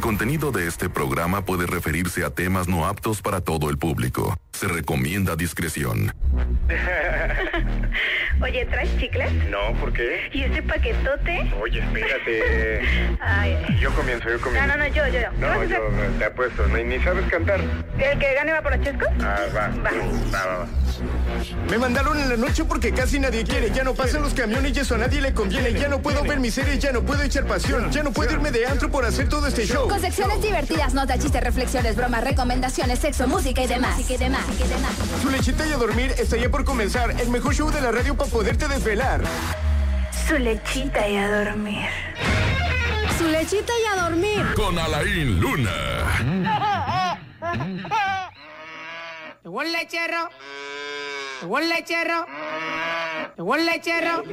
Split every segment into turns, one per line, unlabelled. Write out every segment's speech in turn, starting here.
contenido de este programa puede referirse a temas no aptos para todo el público. Se recomienda discreción.
Oye, ¿traes chicles?
No, ¿por qué?
¿Y este paquetote?
Oye, espérate.
Ay, ay.
Yo comienzo, yo
No,
comienzo.
no, no, yo, yo, yo. ¿Qué vas a
No,
hacer?
yo eh, te apuesto, ni, ni sabes cantar.
¿El que gane va por los chescos?
Ah, va.
Va.
Va, va, va.
Me mandaron en la noche porque casi nadie quiere. Ya no pasan los camiones y eso a nadie le conviene. Ya no puedo ver mis series, ya no puedo echar pasión. Ya no puedo irme de antro por hacer todo este show.
Con secciones divertidas, notas, chistes, reflexiones, bromas, recomendaciones, sexo, música y demás. Música y demás.
Su lechita y a dormir está ya por comenzar. El mejor show de la radio para poderte desvelar.
Su lechita y a dormir.
Su lechita y a dormir.
Con Alain Luna.
Llegó el lechero. Llegó el lechero. Llegó el lechero.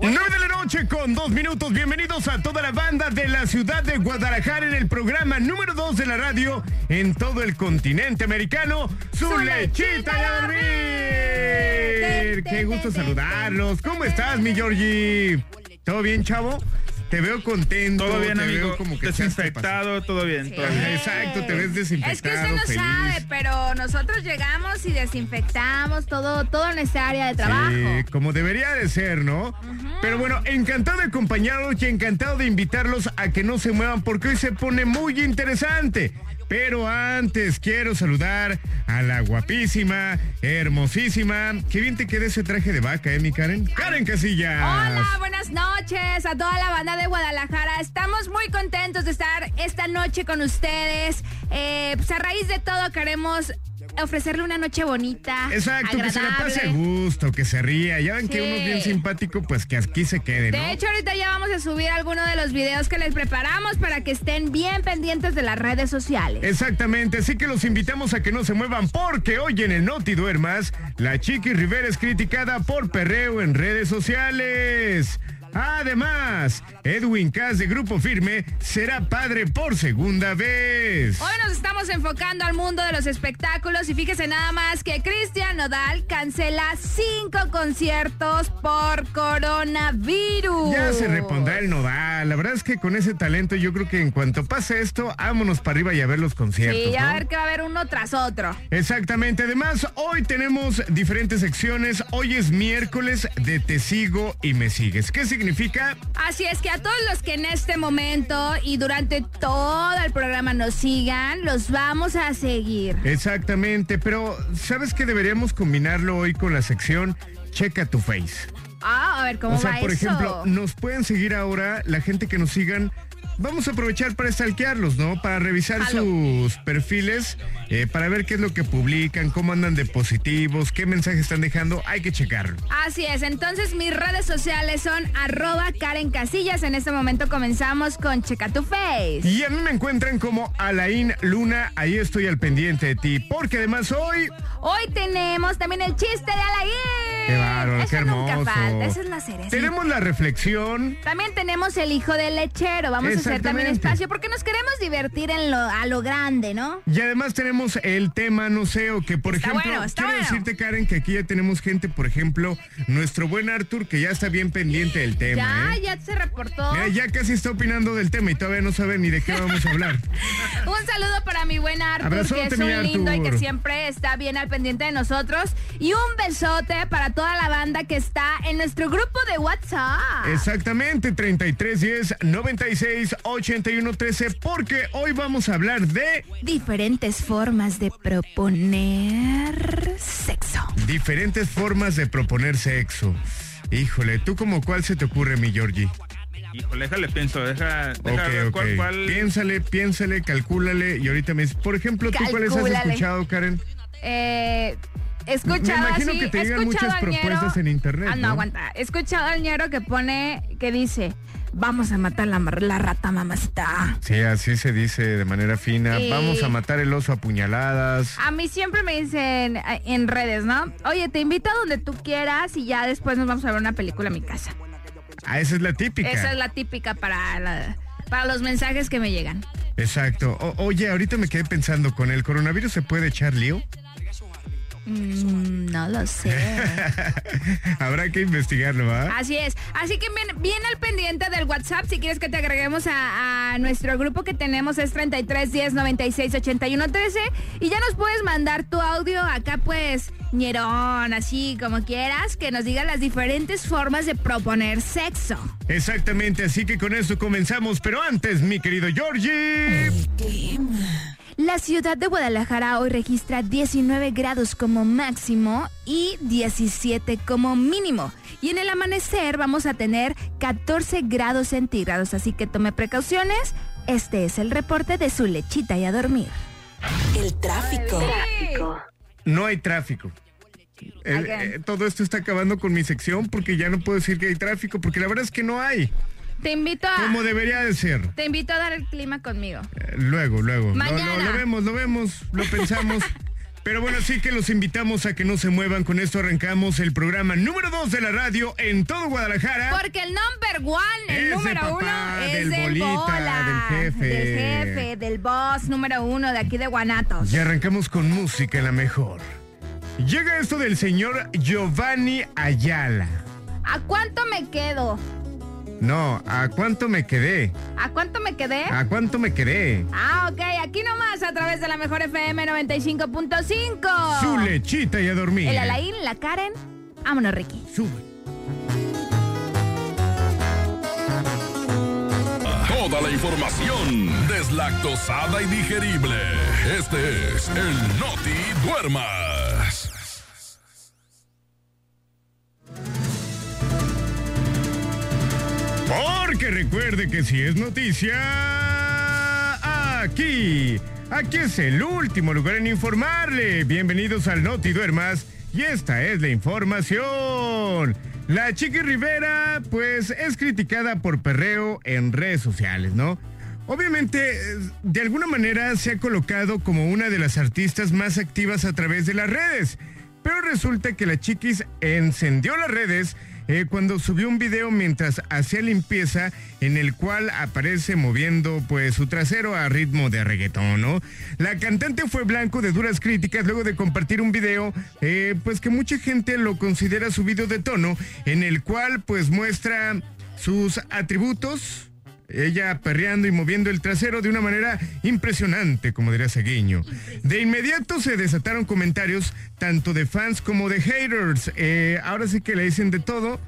9 de la noche con dos minutos. Bienvenidos a toda la banda de la ciudad de Guadalajara en el programa número 2 de la radio en todo el continente americano. Su lechita y a dormir. Qué gusto saludarlos. ¿Cómo estás, mi Georgie? ¿Todo bien, chavo? Te veo contento.
Todo bien,
te veo
amigo.
como que
Desinfectado, todo bien. todo bien.
echaste pasión. Exacto, te ves desinfectado.
Es que usted no
feliz.
sabe, pero nosotros llegamos y desinfectamos todo, todo en esta área de trabajo.
Sí, como debería de ser, ¿no? Pero bueno, encantado de acompañarlos y encantado de invitarlos a que no se muevan porque hoy se pone muy interesante. Pero antes quiero saludar a la guapísima, hermosísima. Qué bien te queda ese traje de vaca, ¿eh, mi Karen? Karen Casillas.
Hola, buenas noches a toda la banda de Guadalajara. Estamos muy contentos de estar esta noche con ustedes. Eh, pues a raíz de todo queremos ofrecerle una noche bonita.
Exacto, que se la pase a
agradable.
gusto, que se ría. Ya ven que
Sí.
uno es bien simpático, pues que aquí se quede, ¿no?
De hecho, ahorita ya vamos a subir algunos de los videos que les preparamos para que estén bien pendientes de las redes sociales.
Exactamente, así que los invitamos a que no se muevan porque hoy en el Noti Duermas, la Chiqui Rivera es criticada por perreo en redes sociales. Además, Edwin Cass de Grupo Firme será padre por segunda vez.
Hoy nos estamos enfocando al mundo de los espectáculos y fíjese nada más que Cristian Nodal cancela cinco conciertos por coronavirus.
Ya se repondrá el nodal. La verdad es que con ese talento yo creo que en cuanto pase esto, vámonos para arriba y a ver los conciertos.
Sí, ya
¿no?
a ver que va a haber uno tras otro.
Exactamente. Además, hoy tenemos diferentes secciones. Hoy es miércoles de Te sigo y me sigues. ¿Qué significa?
Así es que a todos los que en este momento y durante todo el programa nos sigan, los vamos a seguir.
Exactamente, pero ¿sabes que deberíamos combinarlo hoy con la sección Checa tu Face?
Ah, a ver cómo
o sea,
va
por
eso.
ejemplo, nos pueden seguir ahora la gente que nos sigan. Vamos a aprovechar para stalkearlos, ¿no? Para revisar
Jalo.
sus perfiles, eh, para ver qué es lo que publican, cómo andan de positivos, qué mensajes están dejando. Hay que checarlo.
Así es, entonces mis redes sociales son arroba Karen Casillas. En este momento comenzamos con Checa tu Face.
Y a mí me encuentran como Alain Luna. Ahí estoy al pendiente de ti, porque además hoy...
Hoy tenemos también el chiste de Alain.
¡Qué bárbaro,
Eso
qué hermoso!
nunca falta, esa es la cereza.
Tenemos la reflexión,
También tenemos el hijo del lechero. Vamos a hacer también
Exactamente.
espacio porque nos queremos divertir en lo, a lo grande, ¿no?
Y además tenemos el tema, no sé, o que por
Está
ejemplo,
bueno, está
quiero
bueno.
decirte, Karen, que aquí ya tenemos gente, por ejemplo, nuestro buen Arthur, que ya está bien pendiente del
ya,
tema. ¿eh?
ya se reportó.
Mira, ya casi está opinando del tema y todavía no sabe ni de qué vamos a hablar.
Un saludo para mi buen Arthur,
Abrazote,
que es
mi
un lindo y
Arthur.
que siempre está bien al pendiente de nosotros. Y un besote para toda la banda que está en nuestro grupo de WhatsApp.
Exactamente, 3310 96 81 13, porque hoy vamos a hablar de
Diferentes formas de proponer sexo.
diferentes formas de proponer sexo. Híjole, ¿tú como cuál se te ocurre, mi Georgie?
Híjole, déjale, pienso, deja, deja
Ok,
ver
ok.
cuál, cuál-
Piénsale, piénsale, calcúlale y ahorita me dices, por ejemplo, ¿tú cuáles has
Calcúlale.
escuchado, Karen?
Eh, he
Me
escuchado
imagino
así,
que te
he
llegan
escuchado
muchas
al ñero-
propuestas en internet,
Ah, no,
¿no?
aguanta. He escuchado al ñero que pone, que dice, vamos a matar la, mar- la rata mamacita.
Sí, así se dice de manera fina.
Sí.
Vamos a matar el oso a puñaladas.
A mí siempre me dicen eh, en redes, ¿no? Oye, te invito a donde tú quieras y ya después nos vamos a ver una película a mi casa.
Ah, esa es la típica.
Esa es la típica para, la- para los mensajes que me llegan.
Exacto. O- oye, ahorita me quedé pensando, ¿con el coronavirus se puede echar lío?
Mm, no lo sé.
Habrá que investigarlo, ¿va?
Así es. Así que bien, bien al pendiente del WhatsApp si quieres que te agreguemos a, a nuestro grupo que tenemos es 33 10 96 81 13 y ya nos puedes mandar tu audio acá pues ñerón, así como quieras, que nos diga las diferentes formas de proponer sexo.
Exactamente, así que con eso comenzamos. Pero antes, mi querido Georgie.
La ciudad de Guadalajara hoy registra 19 grados como máximo y 17 como mínimo. Y en el amanecer vamos a tener 14 grados centígrados, así que tome precauciones. Este es el reporte de su lechita y a dormir.
El tráfico.
No hay tráfico. Eh,
Oigan.
eh, todo esto está acabando con mi sección porque ya no puedo decir que hay tráfico, porque la verdad es que no hay,
Te invito a,
como debería de ser.
te invito a dar el clima conmigo.
Eh, Luego, luego. Lo- Lo,
Mañana.
lo vemos, lo vemos, lo pensamos. Pero bueno, sí que los invitamos a que no se muevan. Con esto arrancamos el programa número 2 de la radio en todo Guadalajara.
Porque el number one, el
Ese
número
papá
uno, es
del
del,
bolita,
bola,
del jefe.
del jefe, del boss número uno de aquí de Guanatos.
Y arrancamos con música la mejor. Llega esto del señor Giovanni Ayala.
¿A cuánto me quedo?
No, ¿a cuánto me quedé?
¿A cuánto me quedé?
¿A cuánto me quedé?
Ah, ok, aquí nomás a través de la mejor FM 95.5.
Su lechita y a dormir.
El Alain, la Karen. Vámonos, Ricky.
Sube.
Toda la información deslactosada y digerible. Este es el Noti Duermas.
Porque recuerde que si es noticia, aquí, aquí es el último lugar en informarle. Bienvenidos al Noti Duermas y esta es la información. La Chiqui Rivera, pues, es criticada por perreo en redes sociales, ¿no? Obviamente, eh, de alguna manera se ha colocado como una de las artistas más activas a través de las redes. Pero resulta que la chiquis encendió las redes eh, cuando subió un video mientras hacía limpieza en el cual aparece moviendo pues su trasero a ritmo de reggaetón, ¿no? La cantante fue blanco de duras críticas luego de compartir un video eh, pues que mucha gente lo considera subido de tono en el cual pues muestra sus atributos, ella perreando y moviendo el trasero de una manera impresionante, como diría Seguiño. De inmediato se desataron comentarios tanto de fans como de haters. Eh, ahora sí que le dicen de todo,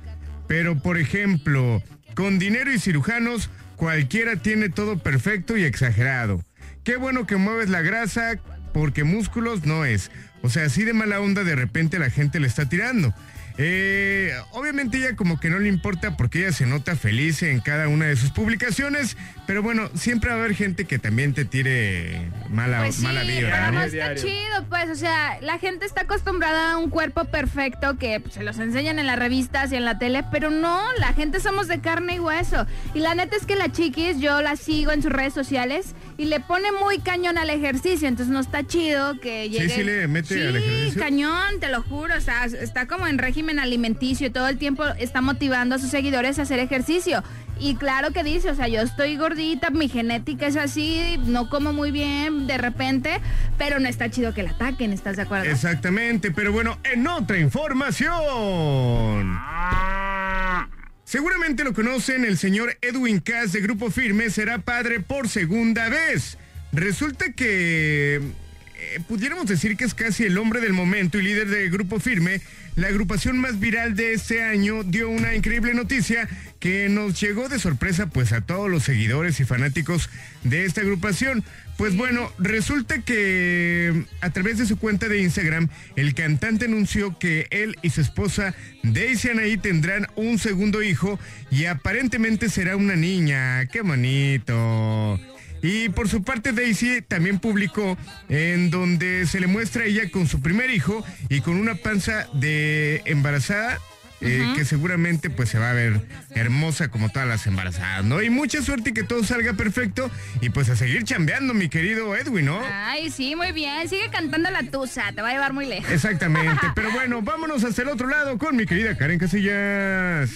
pero por ejemplo, con dinero y cirujanos, cualquiera tiene todo perfecto y exagerado. Qué bueno que mueves la grasa, porque músculos no es. O sea, así de mala onda de repente la gente le está tirando. Eh, obviamente ella como que no le importa porque ella se nota feliz en cada una de sus publicaciones, pero bueno, siempre va a haber gente que también te tire mala,
Pues sí,
mala vibra.
pero no
¿no?
está chido, pues, o sea, la gente está acostumbrada a un cuerpo perfecto que pues, se los enseñan en las revistas y en la tele, pero no, la gente somos de carne y hueso. Y la neta es que la chiquis, yo la sigo en sus redes sociales y le pone muy cañón al ejercicio, entonces no está chido que llegue.
sí le mete
Sí,
al ejercicio.
cañón, te lo juro, o sea, está como en régimen alimenticio y todo el tiempo está motivando a sus seguidores a hacer ejercicio. Y claro que dice, o sea, yo estoy gordita, mi genética es así, no como muy bien de repente, pero no está chido que la ataquen, ¿estás de acuerdo?
Exactamente, pero bueno, en otra información. Seguramente lo conocen, el señor Edwin Cass de Grupo Firme será padre por segunda vez. Resulta que eh, pudiéramos decir que es casi el hombre del momento y líder de Grupo Firme. La agrupación más viral de este año dio una increíble noticia que nos llegó de sorpresa pues a todos los seguidores y fanáticos de esta agrupación. Pues bueno, resulta que mm, a través de su cuenta de Instagram, el cantante anunció que él y su esposa Daisy Anaí tendrán un segundo hijo y aparentemente será una niña. ¡Qué bonito! Y por su parte Daisy también publicó en donde se le muestra a ella con su primer hijo y con una panza de embarazada eh, que seguramente pues se va a ver hermosa como todas las embarazadas, ¿no? Y mucha suerte y que todo salga perfecto y pues a seguir chambeando, mi querido Edwin, ¿no?
Ay, sí, muy bien, sigue cantando la tusa, te va a llevar muy lejos.
Exactamente, pero bueno, vámonos hacia el otro lado con mi querida Karen Casillas.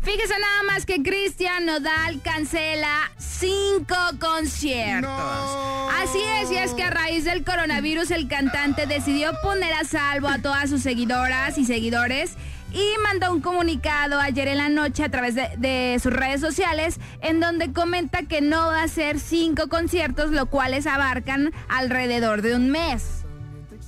Fíjese nada más que Cristian Nodal cancela cinco conciertos.
No.
Así es, y es que a raíz del coronavirus el cantante decidió poner a salvo a todas sus seguidoras y seguidores y mandó un comunicado ayer en la noche a través de, de sus redes sociales en donde comenta que no va a hacer cinco conciertos, lo cuales abarcan alrededor de un mes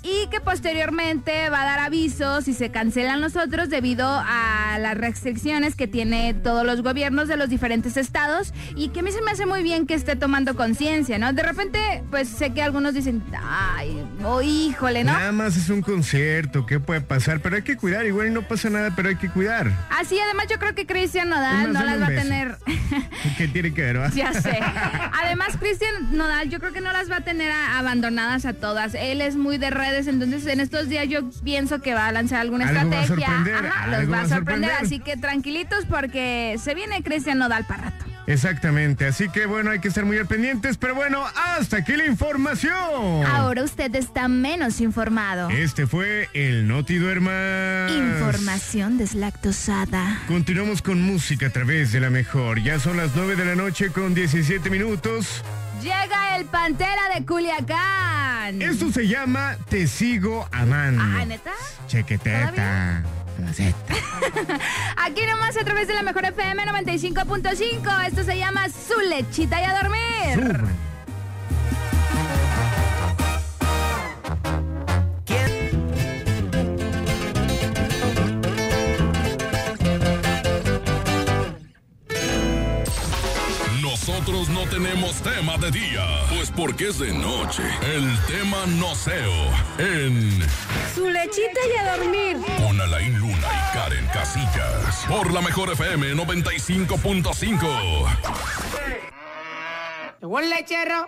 y que posteriormente va a dar avisos si se cancelan los otros debido a las restricciones que tiene todos los gobiernos de los diferentes estados y que a mí se me hace muy bien que esté tomando conciencia, ¿no? De repente, pues sé que algunos dicen, ay, oh, híjole, ¿no?
Nada más es un concierto, ¿qué puede pasar? Pero hay que cuidar, igual y no pasa nada, pero hay que cuidar.
Así, además yo creo que Cristian
Es
Nodal
más,
no
dale
las
un
va a
beso.
tener.
¿Qué tiene que ver? va?
Ya sé. Además, Cristian Nodal, yo creo que no las va a tener a- abandonadas a todas. Él es muy de redes, entonces en estos días yo pienso que va a lanzar alguna
Algo va a
estrategia.
sorprender,
Ajá,
algo
los va a sorprender.
sorprender.
Así que tranquilitos porque se viene Cristian Nodal para rato.
Exactamente, así que bueno, hay que estar muy al pendientes, pero bueno, hasta aquí la información.
Ahora usted está menos informado.
Este fue el Noti Duerma.
Información deslactosada.
Continuamos con música a través de la mejor. Ya son las 9 de la noche con 17 minutos.
Llega el Pantera de Culiacán.
Esto se llama Te sigo amando.
Ah, ¿neta?
Chequeteta. Placeta.
Aquí nomás a través de la mejor FM 95.5. Esto se llama Su lechita y a dormir.
Suban.
Nosotros no tenemos tema de día, pues porque es de noche. El tema no seo en
Su lechita y a dormir.
con Alain Luna y Karen Casillas por la mejor FM 95.5.
Llegó el lechero.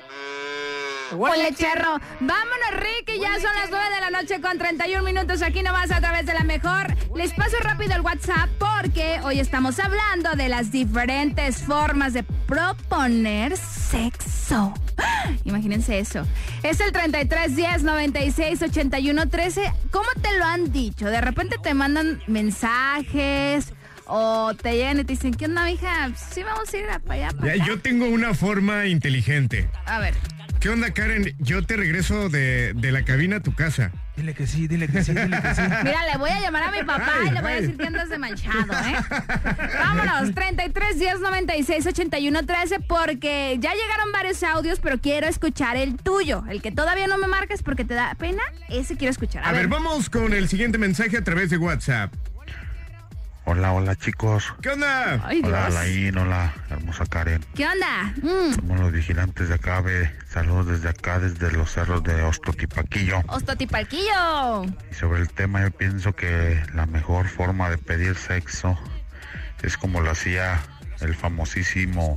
Llegó el
Hola,
lechero.
Charro. Vámonos, Ricky. Ya son las 9 de la noche con 31 minutos. Aquí nomás a través de la mejor. Les paso rápido el WhatsApp porque hoy estamos hablando de las diferentes formas de proponer sexo. ¡Ah! Imagínense eso. Es el 33 10 96 81 13. ¿Cómo te lo han dicho? De repente te mandan mensajes o te llegan y te dicen, ¿qué onda, mija? Sí, vamos a ir a- para allá. para
Ya,
acá".
yo tengo una forma inteligente.
A ver.
¿Qué onda, Karen? Yo te regreso de, de la cabina a tu casa.
Dile que sí, dile que sí, dile que sí.
Mira, le voy a llamar a mi papá
Ay,
y le voy a
ay.
decir que andas de manchado, ¿eh? Vámonos, 33 10 96 81 13, porque ya llegaron varios audios, pero quiero escuchar el tuyo. El que todavía no me marques porque te da pena, ese quiero escuchar.
A, ver, vamos con el siguiente mensaje a través de WhatsApp.
Hola, hola chicos.
¿Qué onda?
Ay, Dios.
Hola Alain, hola hermosa Karen.
¿Qué onda? Mm,
Somos los vigilantes de acá, ve. Saludos desde acá, desde los cerros de Ostotipaquillo.
Ostotipalquillo.
Y sobre el tema, yo pienso que la mejor forma de pedir sexo es como lo hacía el famosísimo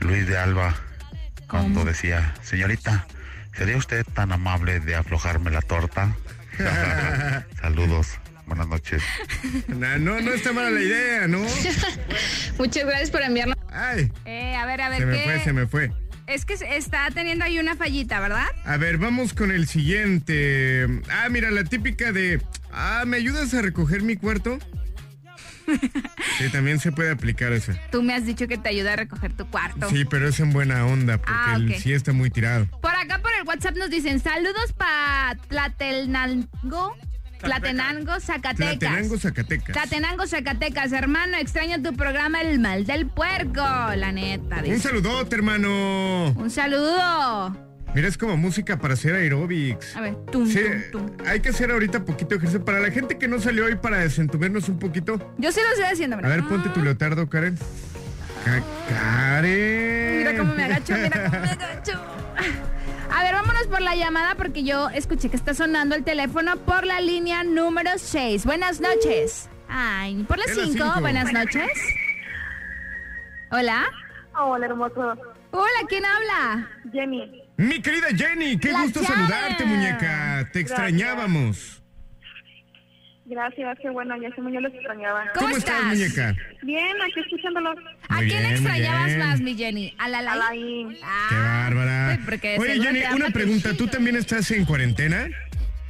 Luis de Alba cuando decía, señorita, ¿sería usted tan amable de aflojarme la torta? Saludos, buenas noches.
No, no, no está mala la idea, ¿no?
Muchas gracias por enviarnos.
Ay,
Eh, a ver, a
se
ver,
me fue, se
¿qué?
me fue.
Es que se- está teniendo ahí una fallita, ¿verdad?
A ver, vamos con el siguiente. Ah, mira, la típica de. Ah, ¿me ayudas a recoger mi cuarto? Sí, también se puede aplicar esa.
Tú me has dicho que te ayuda a recoger tu cuarto.
Sí, pero es en buena onda, porque
Ah,
él
ok.
sí está muy tirado.
Por acá por el WhatsApp nos dicen saludos para Tlatelango, Tlatenango, Zacatecas.
Tlatenango, Zacatecas.
Tlatenango, Zacatecas, hermano, extraño tu programa El Mal del Puerco, la neta.
Un
dice.
saludote, hermano.
Un saludo.
Mira, es como música para hacer aeróbics.
A ver, tum,
Sí,
tum, tum.
hay que hacer ahorita poquito ejercicio. Para la gente que no salió hoy para desentumirnos un poquito.
Yo sí lo estoy haciendo,
A
mira. Ah.
ver, ponte tu leotardo, Karen. Ca- Karen.
Mira cómo me agacho, mira cómo me agacho. A ver, vámonos por la llamada porque yo escuché que está sonando el teléfono por la línea número 6. Buenas noches. Ay, por la
Es la
5,
cinco.
buenas noches. Hola.
Hola, hermoso.
Hola, ¿quién habla?
Jenny.
Mi querida Jenny, qué
La
gusto
llave.
saludarte, muñeca. Te extrañábamos.
Gracias, qué bueno, ya sé, yo los extrañaba.
¿Cómo estás?
muñeca?
Bien, aquí escuchándolos.
¿A
Muy
quién
bien, muy
extrañabas
bien.
más, mi Jenny? ¿A la la?
Alain.
Ah,
Qué bárbara.
sí, porque de
Oye,
seguro
Jenny,
te habla
una
tu
pregunta. ¿Tú
chico.
también estás en cuarentena?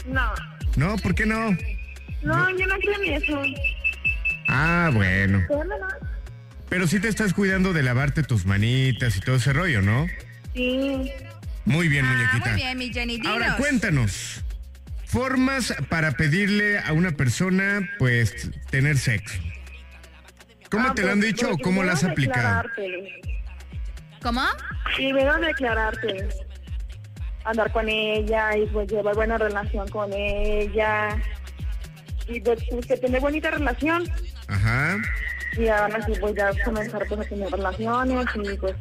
No,
No, ¿por qué no?
no, yo no quiero ni eso.
Ah, bueno. Pero sí te estás cuidando de lavarte tus manitas y todo ese rollo, ¿no?
Sí.
Muy bien,
Ah,
muñequita.
muy bien, mi Jenny. Dinos.
Ahora cuéntanos. Formas para pedirle a una persona, pues, tener sexo. ¿Cómo
Ah,
te lo han
pues,
dicho o
pues,
cómo lo has
primero
aplicado?
declararte.
¿Cómo?
Primero declararte. Andar con ella y pues llevar buena relación con ella. Y pues, pues, que tener bonita relación.
Ajá.
Y ahora sí voy a comenzar pues, a tener relaciones y pues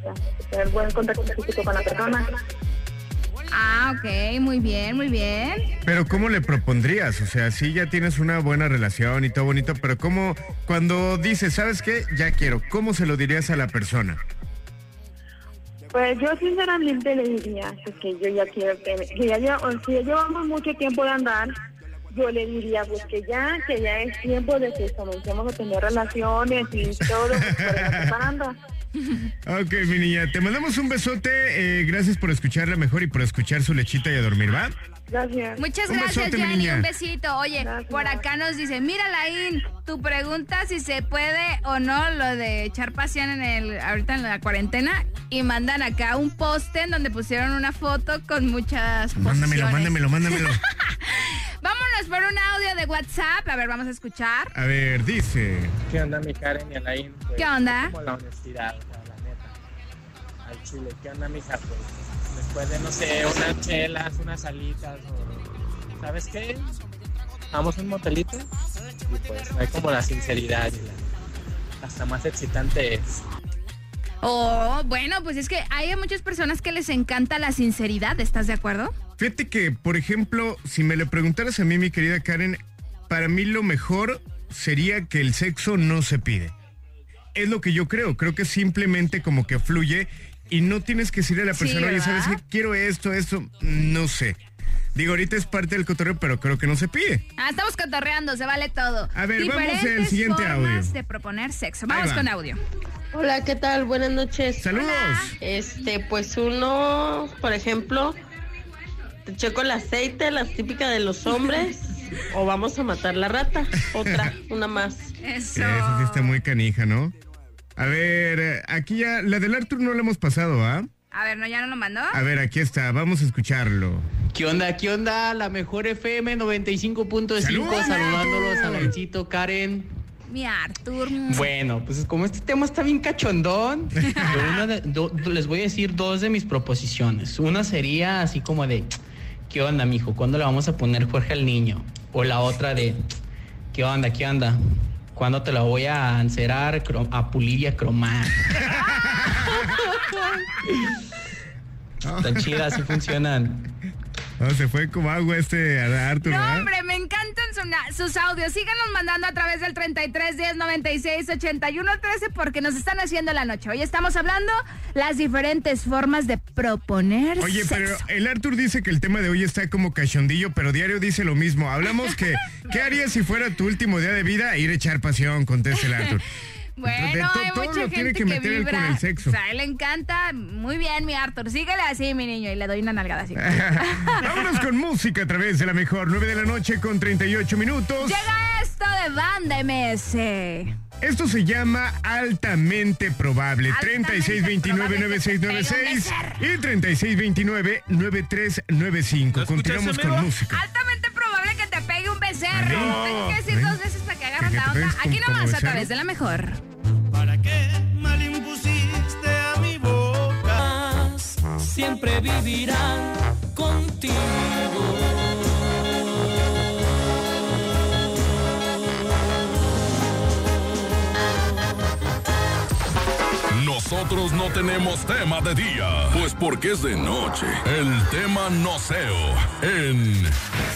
a tener buen contacto físico con la persona.
Ah, ok, muy bien, muy bien.
Pero ¿cómo le propondrías? O sea, sí ya tienes una buena relación y todo bonito, pero ¿cómo cuando dices, ¿sabes qué? Ya quiero, ¿cómo se lo dirías a la persona?
Pues yo sinceramente le diría pues, que yo ya quiero tener- que ya, llevo- si ya llevamos mucho tiempo de andar, yo le diría pues que ya, que ya es tiempo de que comencemos a tener relaciones y todo pues, para la separando.
Ok, mi niña, te mandamos un besote. eh, gracias por escucharla mejor y por escuchar su lechita y a dormir, ¿va?
Gracias.
Muchas
Un
gracias,
besote, mi
Jenny.
niña.
Un besito. Oye, por acá nos dice, mira, Laín, tu pregunta si se puede o no lo de echar pasión en el, ahorita en la cuarentena. Y mandan acá un poste en donde pusieron una foto con muchas
Mándamelo,
posiciones.
mándamelo, mándamelo.
Vámonos por un audio de WhatsApp. A ver, vamos a escuchar.
A ver, dice.
¿Qué onda mi Karen y Alain? Pues,
¿Qué onda?
Como la honestidad, o sea, la neta. Al chile, ¿qué onda mija? Pues después de, no sé, unas chelas, unas salitas o... ¿Sabes qué? Vamos a un motelito y pues hay como la sinceridad y la- Hasta más excitante es.
Oh, bueno, pues es que hay muchas personas que les encanta la sinceridad. ¿Estás de acuerdo?
Fíjate que, por ejemplo, si me lo preguntaras a mí, mi querida Karen, para mí lo mejor sería que el sexo no se pide. Es lo que yo creo. Creo que simplemente como que fluye y no tienes que decirle a la
Sí,
persona, oye, ¿sabes qué?
¿verdad?
Quiero esto, esto. No sé. Digo, ahorita es parte del cotorreo, pero creo que no se pide.
Ah, estamos cotorreando, se vale todo.
A ver, vamos al
Diferentes
siguiente
formas
audio.
de proponer sexo.
Ahí
Vamos
va.
con audio.
Hola, ¿qué tal? Buenas noches.
Saludos.
Este, pues uno, por ejemplo, te checo el aceite, las típicas de los hombres, o vamos a matar la rata. Otra, una más.
Eso.
Esa sí está muy canija, ¿no? A ver, eh, aquí ya, la del Arthur no la hemos pasado, ¿ah?
A ver, ¿no ya no lo mandó?
Ah.
A ver, aquí está, vamos a escucharlo.
¿Qué onda? ¿Qué onda? La mejor FM 95.5 saludándolos a Lancito, Karen.
Mi Artur.
Bueno, pues como este tema está bien cachondón, yo una de- do- les voy a decir dos de mis proposiciones. Una sería así como de, ¿qué onda, mijo? ¿Cuándo le vamos a poner Jorge al niño? O la otra de, ¿qué onda? ¿Qué onda? ¿Cuándo te la voy a encerar, cro- a pulir y a cromar? Están chidas, así funcionan.
No, se fue como agua este Arthur,
No,
¿ah?
hombre, me encantan su- sus audios. Síganos mandando a través del 33 10 96 81 13 porque nos están haciendo la noche. Hoy estamos hablando las diferentes formas de proponer
Oye,
sexo.
pero el Arthur dice que el tema de hoy está como cachondillo, pero diario dice lo mismo. Hablamos que, ¿qué harías si fuera tu último día de vida? Ir a echar pasión, contesta el Arthur. de
Bueno,
to-
hay
todo
mucha
lo
gente
tiene que
que,
meter él con
vibra.
el sexo.
O sea, a él le encanta. Muy bien, mi Arthur. Síguele así, mi niño. Y le doy una nalgada así.
Vámonos con música a través de la mejor. 9 de la noche con 38 minutos.
Llega esto de Banda MS.
Esto se llama altamente probable. 3629-9696 y 3629-9395. Continuamos con música.
Altamente probable que te pegue un becerro.
No.
Tengo que decir dos veces para que agarren
Que te
la onda.
pegues con-
Aquí nomás,
como
a través
becerro.
de la mejor.
¿Para qué mal impusiste a mi boca? Siempre vivirán contigo.
Nosotros no tenemos tema de día, pues porque es de noche. El tema no seo en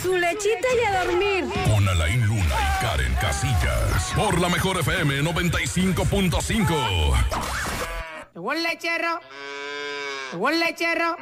Su lechita y a dormir.
Con Alain Luna y Karen Casillas. Por la mejor FM 95.5.
Llegó el lechero. Llegó el lechero.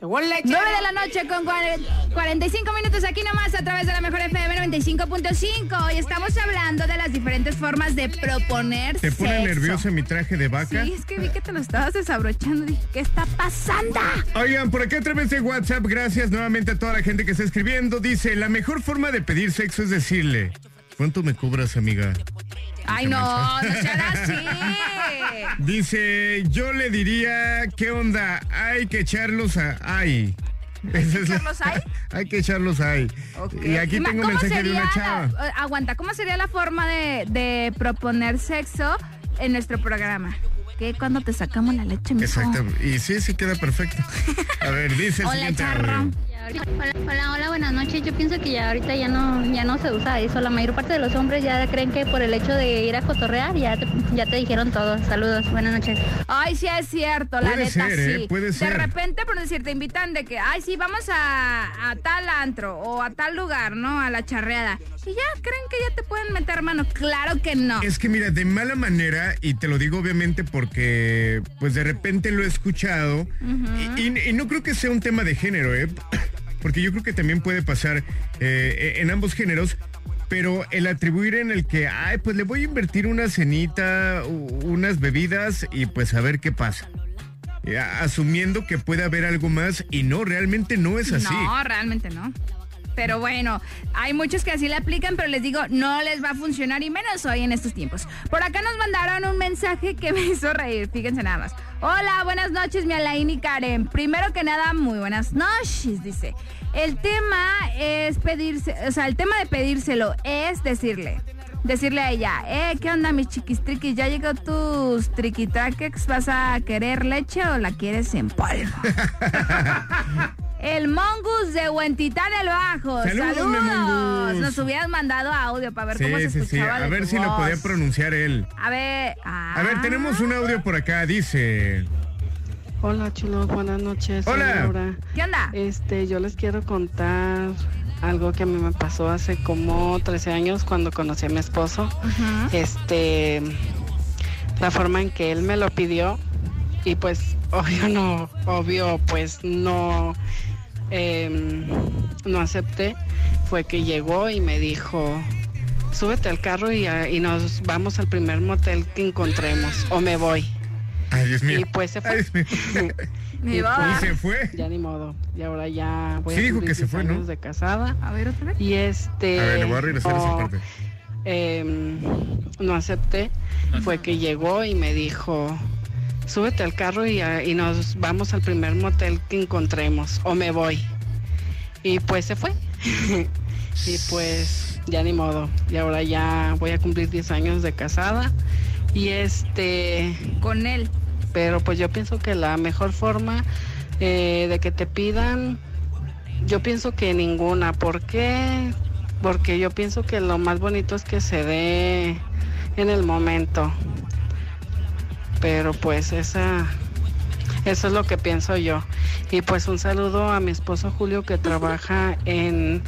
Llegó el
9
lechero.
de la noche con cuare- 45 minutos aquí nomás a través de la mejor FM 95.5. Hoy estamos hablando de las diferentes formas de proponer
¿Te pone
sexo.
nerviosa mi traje de vaca?
Sí, es que vi que te lo estabas desabrochando. Dije, ¿qué está pasando?
Oigan, por aquí a través de WhatsApp, gracias nuevamente a toda la gente que está escribiendo. Dice, la mejor forma de pedir sexo es decirle, ¿cuánto me cobras, amiga?
Ay, no, no sean así.
Dice, yo le diría, ¿qué onda? Hay que echarlos a... Ay.
¿Hay que echarlos ahí?
Hay que echarlos ahí.
Ok.
Y aquí
Ma-
tengo un
¿cómo
mensaje de
sería
una
la-
chava.
eh, aguanta, ¿cómo sería la forma de, de proponer sexo en nuestro programa? ¿Qué? Cuando te sacamos la leche, mijo?
Exacto. Y sí, sí queda perfecto. A ver, dice el
Hola,
siguiente
charro.
audio.
Hola, hola, hola, buenas noches. Yo pienso que ya ahorita ya no, ya no se usa eso. La mayor parte de los hombres ya creen que por el hecho de ir a cotorrear ya te, ya te dijeron todo. Saludos, buenas noches.
Ay, sí es cierto, la
Puede
neta
ser,
sí.
¿eh? Puede
De
ser.
repente, por decir, te invitan de que, ay, sí, vamos a, a tal antro o a tal lugar, ¿no? A la charreada. Y ya, ¿creen que ya te pueden meter mano? Claro que no.
Es que mira, de mala manera, y te lo digo obviamente porque pues de repente lo he escuchado,
Ujú.
y, y- y no creo que sea un tema de género, ¿eh? porque yo creo que también puede pasar eh, en ambos géneros, pero el atribuir en el que, ay, pues le voy a invertir una cenita, u- unas bebidas y pues a ver qué pasa. Eh, a- Asumiendo que puede haber algo más y no, realmente no es así.
No, realmente no. Pero bueno, hay muchos que así le aplican, pero les digo, no les va a funcionar y menos hoy en estos tiempos. Por acá nos mandaron un mensaje que me hizo reír, fíjense nada más. Hola, buenas noches, mi Alain y Karen. Primero que nada, muy buenas noches, dice. El tema es pedirse, o sea, el tema de pedírselo es decirle, decirle a ella, eh, ¿qué onda mis chiquistriquis? ¿Ya llegó tus triquitraquex? ¿Vas a querer leche o la quieres en polvo? El Mongus de Huentitán el Bajo.
Saludos, mi Mongus.
Nos hubieras mandado audio para ver
sí,
cómo se
sí, sí,
escuchaba.
a
de
ver
tu
si lo
voz.
podía pronunciar él.
A ver. ah,
A ver, tenemos un audio por acá, dice...
Hola chulos, buenas noches. soy
Hola.
Laura.
¿Qué onda?
Este, yo les quiero contar algo que a mí me pasó hace como 13 años cuando conocí a mi esposo.
Ujú.
Este, la forma en que él me lo pidió y pues obvio no, obvio pues no, em, no acepté. Fue que llegó y me dijo, súbete al carro y, a- y nos vamos al primer motel que encontremos o me voy.
Ay, Dios mío.
Y pues se fue.
Me
Y
va.
pues,
Y se
fue.
Ya ni modo. Y ahora ya voy
Sí,
a
dijo
cumplir
que se
10
fue, ¿no?
años de casada.
A ver, otra vez.
Y este.
A ver, le voy a regresar a esa
no,
parte.
em, no acepté. Fue que llegó y me dijo: súbete al carro y, a- y nos vamos al primer motel que encontremos. O me voy. Y pues se fue. y pues ya ni modo. Y ahora ya voy a cumplir 10 años de casada. Y este.
Con él.
Pero pues yo pienso que la mejor forma eh, de que te pidan, yo pienso que ninguna. ¿Por qué? Porque yo pienso que lo más bonito es que se dé en el momento. Pero pues esa, eso es lo que pienso yo. Y pues un saludo a mi esposo Julio que trabaja en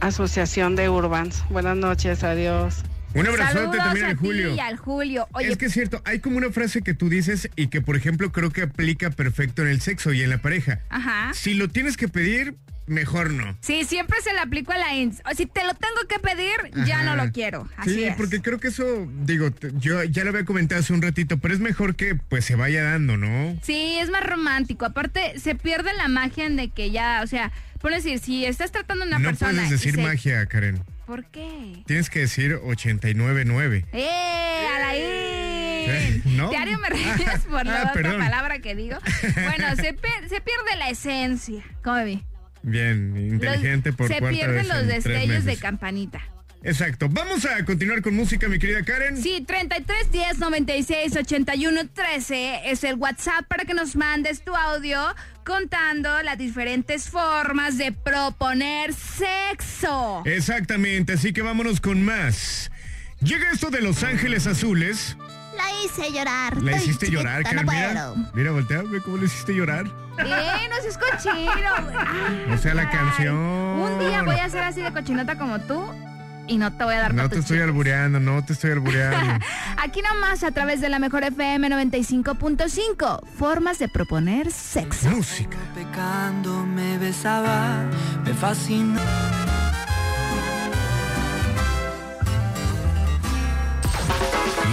Asociación de Urbans. Buenas noches, adiós.
Un abrazote
Saludos
también
a
al
ti
Julio.
y al Julio. Oye,
Es que es cierto, hay como una frase que tú dices y que, por ejemplo, creo que aplica perfecto en el sexo y en la pareja.
ajá.
Si lo tienes que pedir, mejor no.
Sí, siempre se le aplico a la INS. O si te lo tengo que pedir, ya
Ajá.
no lo quiero. Así
sí,
es.
porque creo que eso, digo, t- yo ya lo había comentado hace un ratito, pero es mejor que pues se vaya dando, ¿no?
Sí, es más romántico. Aparte, se pierde la magia de que ya, o sea, por decir, si estás tratando a una
no
persona.
puedes
y
decir
se-
magia, Karen.
¿Por qué?
Tienes que decir 899.
¡Eh, Alain!
¿Eh? ¿No?
Diario me ríes por la
Ah,
otra
perdón.
palabra que digo. Bueno, se, pe- se pierde la esencia. ¿Cómo vi?
Bien, inteligente
Los-
por
Se
cuarta
pierden
vez
los
en tres
destellos de
meses.
campanita.
Exacto. Vamos a continuar con música, mi querida Karen.
Sí, 33 10 96 81 13 es el WhatsApp para que nos mandes tu audio contando las diferentes formas de proponer sexo.
Exactamente, así que vámonos con más. Llega esto de Los Ángeles Azules.
La hice llorar.
La
Estoy
hiciste llorar,
chiquita,
Karen.
no
mira,
puedo.
mira, voltea, ve cómo le hiciste llorar.
¡Eh, no seas cochino! güey. Ah,
O sea, la canción.
Un día voy a ser así de cochinota como tú y no te voy a dar
No
pa'
te
tus
estoy albureando, no te estoy albureando.
Aquí nomás a través de la mejor FM 95.5, formas de proponer sexo.
Música.
Pecando me besaba, me fascinó.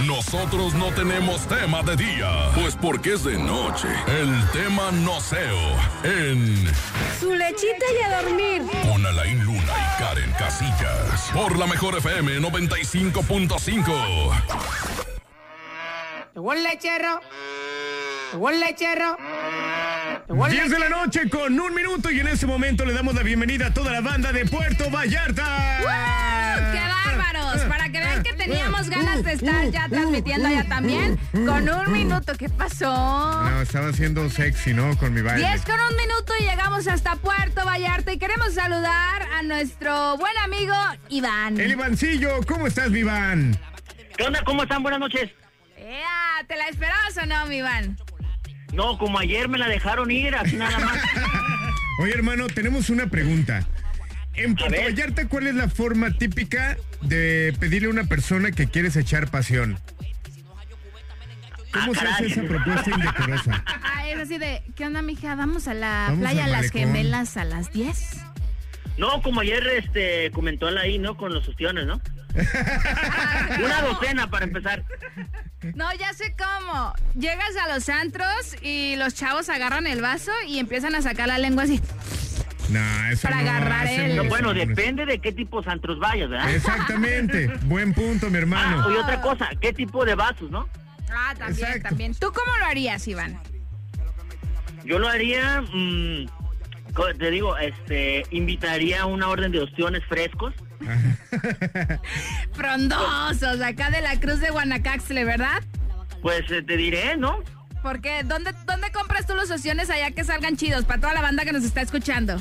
Nosotros no tenemos tema de día, pues porque es de noche. El tema no seo en
Su lechita y a dormir.
Con Alain Luna y Karen Casillas. Por la mejor FM 95.5.
Llegó el lechero. Llegó el lechero.
10 de la noche con un minuto y en ese momento le damos la bienvenida a toda la banda de Puerto Vallarta.
¡Woo! ¡Qué bárbaros! Para que vean que teníamos ganas de estar ya transmitiendo allá también con un minuto. ¿Qué pasó?
No, estaba siendo sexy, ¿no? Con mi baile.
10 con un minuto y llegamos hasta Puerto Vallarta y queremos saludar a nuestro buen amigo Iván.
El Ivancillo, ¿cómo estás, mi Iván?
¿Qué onda? ¿Cómo están? Buenas noches.
¡Ea! ¿Te la esperabas o no, mi Iván?
No, como ayer me la dejaron ir, así nada más.
Oye, hermano, tenemos una pregunta. En Puerto Vallarta, ¿cuál es la forma típica de pedirle a una persona que quieres echar pasión? ¿Cómo
Ah,
se hace
caray.
esa propuesta indecorosa?
Ah, es así de, ¿qué onda, mija? Vamos a la
Vamos
playa
al
Las
malecón.
Gemelas a las 10.
No, como ayer este comentó ahí, ¿no? Con los ostiones, ¿no? Una docena para empezar.
No, ya sé cómo. Llegas a los antros y los chavos agarran el vaso y empiezan a sacar la lengua así.
No, eso
Para
no
agarrar
hacen
el-
No,
los
bueno,
hombres.
depende de qué tipo de antros vayas, ¿verdad?
Exactamente. Buen punto, mi hermano.
Ah, y otra cosa, ¿qué tipo de vasos, no?
Ah, también, también. ¿Tú cómo lo harías, Iván?
Yo lo haría, mm, co- te digo, este, invitaría una orden de ostiones frescos.
Frondosos, acá de la Cruz de Guanacaxle, ¿verdad?
Pues eh, te diré, ¿no?
Porque ¿dónde, dónde compras tú los opciones allá que salgan chidos para toda la banda que nos está escuchando?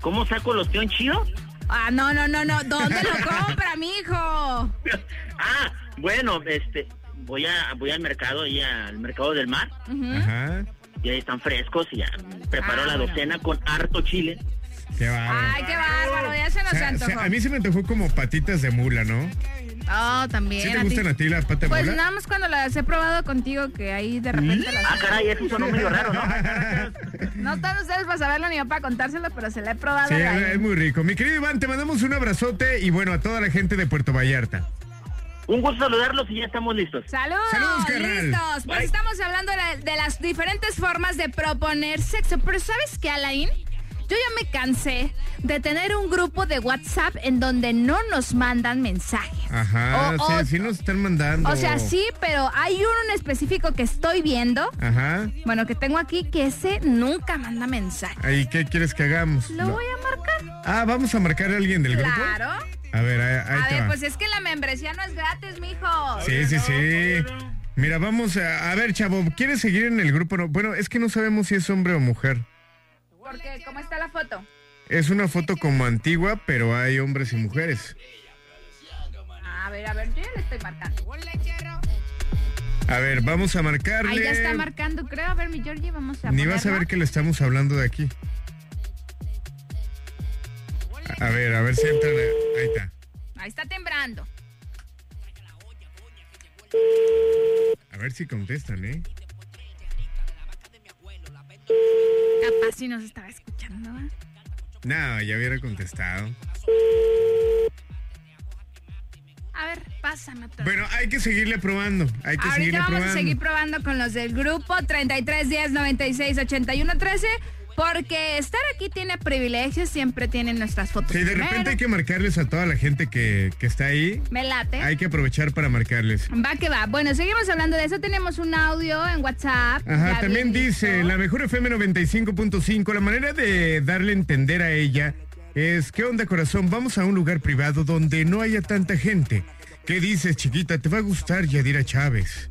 ¿Cómo saco el ostión chido?
Ah, no, no, no, no. ¿Dónde lo compra, mijo?
Ah, bueno, este, voy a, voy al mercado y al mercado del mar
Ujú.
Ajá.
y ahí están frescos y ya preparo
Ah,
la
bueno.
docena con harto chile. Ah,
Qué bárbaro.
Ay, qué bárbaro, ya se nos
O sea, o sea,
antojó.
a mí se me antojó como patitas de mula, ¿no?
Oh, también.
¿Sí te
a ti.
gustan a ti las patas de
Pues
mula?
nada más cuando las he probado contigo que ahí de repente las...
Ah, caray, eso sonó medio raro, ¿no?
No están ustedes para saberlo ni yo para contárselo, pero se la he probado.
Sí,
ahí.
es muy rico. Mi querido Iván, te mandamos un abrazote y bueno, a toda la gente de Puerto Vallarta.
Un gusto saludarlos y ya estamos listos.
Saludos,
Saludos, carnal.
listos. Pues
Bye.
estamos hablando de, la- de las diferentes formas de proponer sexo, pero ¿sabes qué, Alain? Yo ya me cansé de tener un grupo de WhatsApp en donde no nos mandan mensajes.
Ajá,
O-
sí,
o-
sí nos están mandando.
O sea, sí, pero hay uno en específico que estoy viendo,
Ajá.
bueno, que tengo aquí, que ese nunca manda mensaje.
¿Y qué quieres que hagamos?
Lo
No.
voy a marcar.
Ah, vamos a marcar a alguien del grupo.
Claro.
A ver, ahí, ahí
A
te
ver,
va.
pues es que la membresía no es gratis, mijo.
Sí, sí, sí. Mira, vamos a, a ver, chavo, ¿quieres seguir en el grupo? No, bueno, es que no sabemos si es hombre o mujer.
Porque, ¿cómo está la foto?
Es una foto como antigua, pero hay hombres y mujeres.
A ver, a ver, yo ya le estoy marcando.
A ver, vamos a marcarle.
Ahí ya está marcando, creo. A ver, mi Georgie, vamos a
Ni vas a
ponerlo.
ver que le estamos hablando de aquí. A- A ver, a ver si entra. la- Ahí está.
Ahí está tembrando.
A ver si contestan, ¿eh?
Capaz si nos estaba escuchando. ¿eh? ¿va?
No, ya hubiera contestado.
A ver, pásame otra.
Bueno, hay que seguirle probando. Hay que seguirle
Ahorita vamos
probando.
a seguir probando con los del grupo 3310 96 81 13 porque estar aquí tiene privilegios, siempre tienen nuestras fotos.
Sí, de
primero.
repente hay que marcarles a toda la gente que, que está ahí.
Me late.
Hay que aprovechar para marcarles.
Va que va. Bueno, seguimos hablando de eso. Tenemos un audio en WhatsApp.
Ajá,
Ya
también
bien
dice,
listo.
la mejor FM 95.5, la manera de darle a entender a ella es, ¿qué onda corazón? Vamos a un lugar privado donde no haya tanta gente. ¿Qué dices, chiquita? ¿Te va a gustar Yadira Chávez?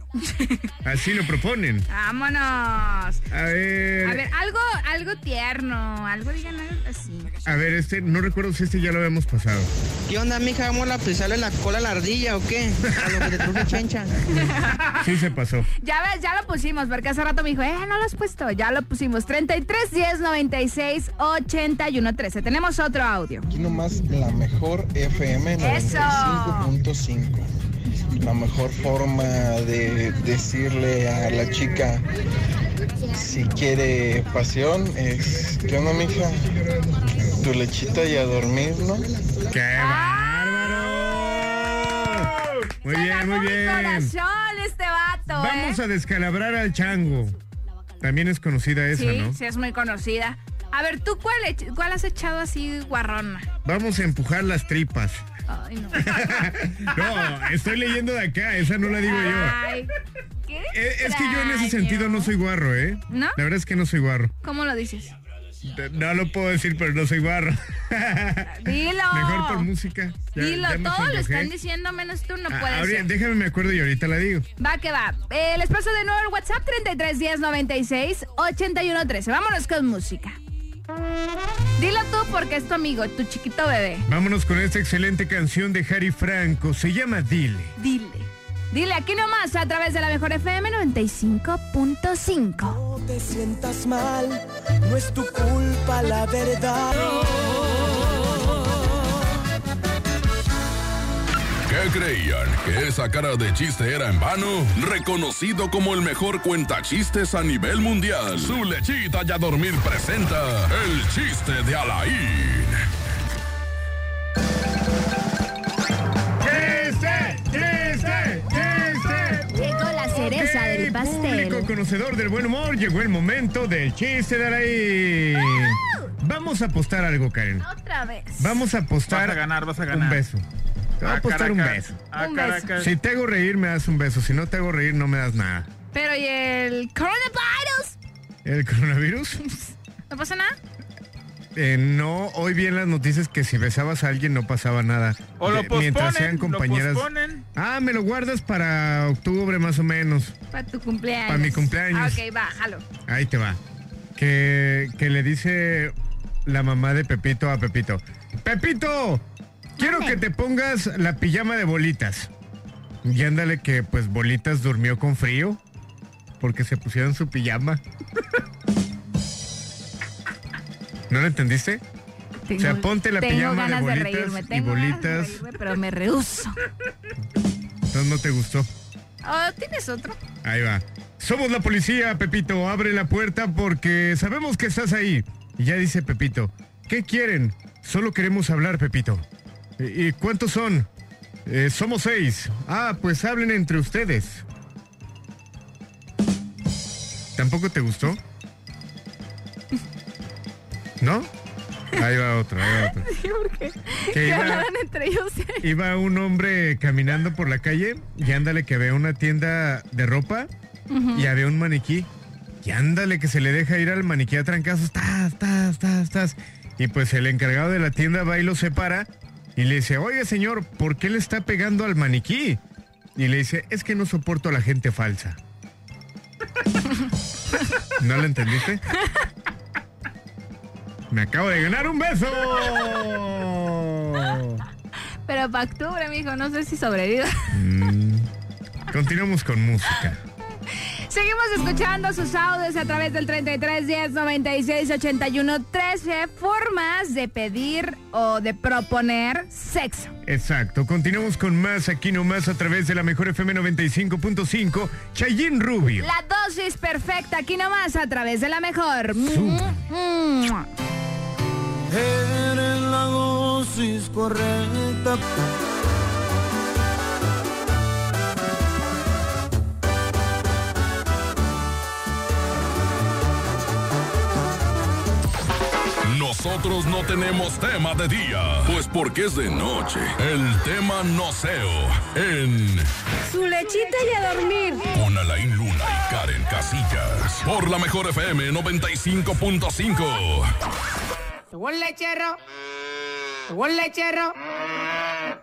Así lo proponen.
Vámonos.
A ver,
A ver, algo, algo tierno, algo digan algo así.
a ver, este, no recuerdo si este ya lo habíamos pasado.
¿Qué onda, mija? ¿Vamos a pisarle la cola a la ardilla o qué? A lo que te truje chencha.
Sí se pasó.
Ya ves, ya lo pusimos, porque hace rato me dijo, eh, no lo has puesto. Ya lo pusimos. 33 10 96 81 13. Tenemos otro audio.
Aquí nomás la mejor FM
Eso.
95.5. La mejor forma de decirle a la chica si quiere pasión es, ¿qué onda, mija? Tu lechita y a dormir, ¿no?
¡Qué bárbaro! Muy bien, muy bien.
corazón este vato,
Vamos
¿eh?
a descalabrar al chango. También es conocida esa,
sí,
¿no?
sí, es muy conocida. A ver, ¿tú cuál, ech- cuál has echado así guarrona?
Vamos a empujar las tripas.
Ay, no.
No, estoy leyendo de acá, esa no la digo yo.
Ay, ¿qué
Es, es que yo en ese
extraño.
sentido no soy guarro, ¿eh?
¿No?
La verdad es que no soy guarro.
¿Cómo lo dices?
No lo puedo decir, pero no soy guarro.
Dilo.
Mejor por música. Ya-
Dilo,
ya me
todos lo
sonrojé.
están diciendo menos tú, no
Ah,
puedes.
ahorita- déjame me acuerdo y ahorita la digo.
Va que va. Eh, les paso de nuevo el WhatsApp 3310968113. Vámonos con música. Dilo tú porque es tu amigo, tu chiquito bebé.
Vámonos con esta excelente canción de Harry Franco. Se llama Dile.
Dile. Dile aquí nomás a través de la mejor FM 95.5.
te sientas mal, no es tu culpa la verdad.
¿Qué creían? ¿Que esa cara de chiste era en vano? Reconocido como el mejor cuentachistes a nivel mundial. Su lechita ya dormir presenta el chiste de Alain.
¡Chiste! ¡Chiste! ¡Chiste!
Llegó la cereza
Ok,
del pastel.
Público conocedor del buen humor, llegó el momento del chiste de Alain. Vamos a apostar algo, Karen.
Otra vez.
Vamos a apostar.
Vas a ganar, vas a ganar.
Un beso. Te voy a
Ah,
apostar un
Caracas.
beso.
Ah,
Un
Caracas.
beso.
Si te hago reír, me das un beso. Si no te hago reír, no me das nada.
Pero ¿y el coronavirus?
¿El coronavirus?
¿No pasa nada?
Eh, no, hoy vi en las noticias que si besabas a alguien no pasaba nada.
O lo
Eh, mientras
posponen,
sean
lo
compañeras.
posponen.
Ah, me lo guardas para octubre más o menos.
Para tu cumpleaños.
Para mi cumpleaños.
Ah, ok, bájalo.
Ahí te va. Que, que le dice la mamá de Pepito a Pepito. Pepito, quiero que te pongas la pijama de bolitas. Y ándale que pues bolitas durmió con frío porque se pusieron su pijama. ¿No lo entendiste?
Tengo,
sea, ponte la
tengo
pijama de
ganas
bolitas
reírme,
y
tengo Ganas de
bolitas.
reírme, pero me rehuso.
Entonces no te gustó.
Oh, ¿Tienes otro?
Ahí va. Somos la policía, Pepito. Abre la puerta porque sabemos que estás ahí. Y ya dice Pepito. ¿Qué quieren? Solo queremos hablar, Pepito. ¿Y y cuántos son? "Eh, somos seis. Ah, pues hablen entre ustedes. ¿Tampoco te gustó? ¿No? Ahí va otro, ahí va otro.
Sí, porque
Que
que
iba-
hablaban entre ellos. ¿eh?
Iba un hombre caminando por la calle y ándale que ve una tienda de ropa
Ujú.
y había un maniquí. Y ándale que se le deja ir al maniquí a trancazos. Tas, tas, tas, tas. Y pues el encargado de la tienda va y lo separa y le dice, oiga señor, ¿por qué le está pegando al maniquí? Y le dice, es que no soporto a la gente falsa. ¿No la entendiste? Me acabo de ganar un beso.
Pero para octubre, mijo, no sé si sobreviva.
Mm. Continuamos con música.
Seguimos escuchando sus audios a través del 33 10 96 81 13 formas de pedir o de proponer sexo.
Exacto, continuamos con más aquí nomás a través de la mejor FM 95.5, Chayín Rubio.
La dosis perfecta aquí nomás a través de la mejor. Mua.
Eres la dosis correcta.
Nosotros no tenemos tema de día, pues porque es de noche. El tema no seo en
Su lechita y a dormir.
Con Alain Luna y Karen Casillas. Por la mejor FM 95.5.
llegó el lechero, llegó el lechero,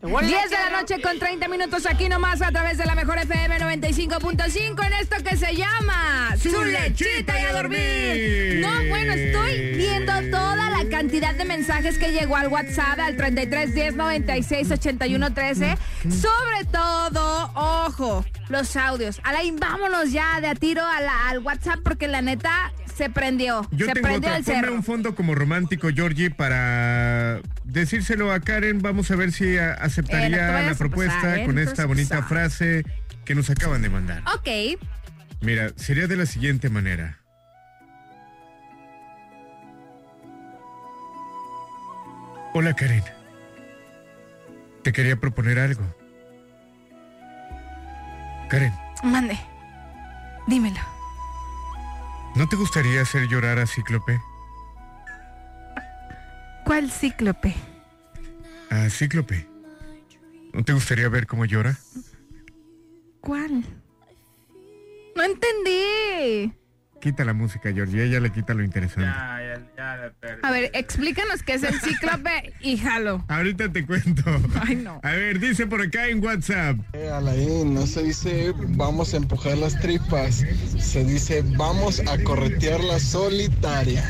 llegó el
10 de
lechero.
la noche con 30 minutos aquí nomás a través de la mejor FM 95.5 en esto que se llama
Su lechita y a dormir.
No, bueno, estoy viendo toda la cantidad de mensajes que llegó al WhatsApp al 33 10 96 81 13. Sobre todo, ojo, los audios. Alain, vámonos ya de a tiro a la- al WhatsApp porque la neta se prendió.
Yo
se
tengo
prendió
otra.
el
Ponme
cerro.
un fondo como romántico, Georgie, para decírselo a Karen. Vamos a ver si
Eh,
a-
no te
aceptaría
vayas
la
a
propuesta
pasar, eh,
con
no te vayas
esta
a
bonita
pasar.
frase que nos acaban de mandar.
Ok,
Mira, sería de la siguiente manera. Hola Karen. Te quería proponer algo. Karen.
Mande. Dímelo.
¿No te gustaría hacer llorar a Cíclope?
¿Cuál cíclope?
A Cíclope. ¿No te gustaría ver cómo llora?
¿Cuál? No entendí.
Quita la música, Georgie. Ella le quita lo interesante.
A ver, explícanos qué es el cíclope y jalo.
Ahorita te cuento.
Ay, no.
A ver, dice por acá en WhatsApp.
Eh, Alain, no se dice vamos a empujar las tripas, se dice vamos a corretear la solitaria.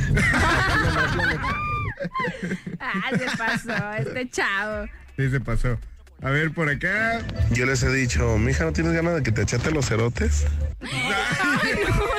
Ah, se pasó, este chavo.
Sí, se pasó. A ver, por acá.
Yo les he dicho, mija, ¿no tienes ganas de que te achate los cerotes?
Ay, no, no, no.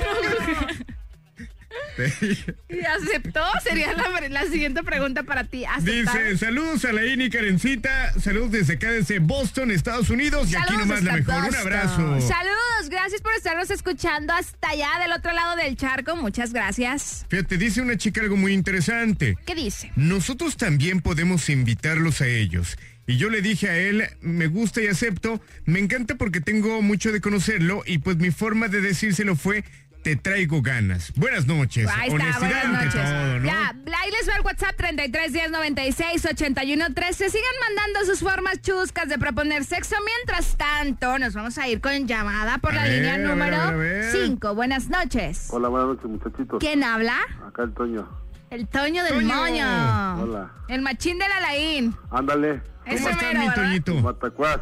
¿Y aceptó? Sería la, la siguiente pregunta para ti. ¿Aceptar?
Dice, saludos a la y Karencita, saludos desde acá, desde Boston, Estados Unidos, y aquí
Saludos
nomás la
hasta
mejor. Un
Boston.
abrazo.
Saludos, gracias por estarnos escuchando hasta allá del otro lado del charco. Muchas gracias.
Fíjate, dice una chica algo muy interesante.
¿Qué dice?
Nosotros también podemos invitarlos a ellos. Y yo le dije a él, me gusta y acepto, me encanta porque tengo mucho de conocerlo y pues mi forma de decírselo fue, te traigo ganas. Buenas noches.
Ahí está,
Honestidad
buenas
ante
noches.
todo, ¿no?
Ya, ahí les va el WhatsApp 33 10 96 81 13. Sigan mandando sus formas chuscas de proponer sexo. Mientras tanto, nos vamos a ir con llamada por
A
la
ver,
línea
a ver, a ver, a
número
ver.
5. Buenas noches.
Hola, buenas noches, muchachitos.
¿Quién habla?
Acá el Toño.
El Toño del
Toño.
Moño.
Hola.
El machín del Alain.
Ándale.
Ese
¿Cómo estás,
mero,
mi
¿verdad?
Toñito?
Matacuás.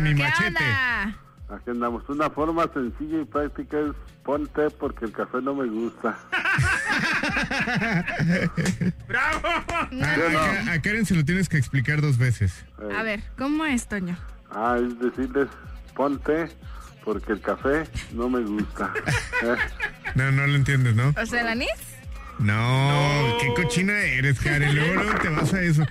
mi
¿Qué
machete.
onda?
Aquí andamos. Una forma sencilla y práctica es ponte porque el café no me gusta.
Ah, acá- a Karen se lo tienes que explicar dos veces.
A ver, ¿cómo es, Toño?
Eh, Ah, es decirles ponte porque el café no me gusta. Eh,
No, no lo entiendes, ¿no?
¿O sea, el anís?
No, qué cochina eres, Karen. Luego, luego te vas a eso.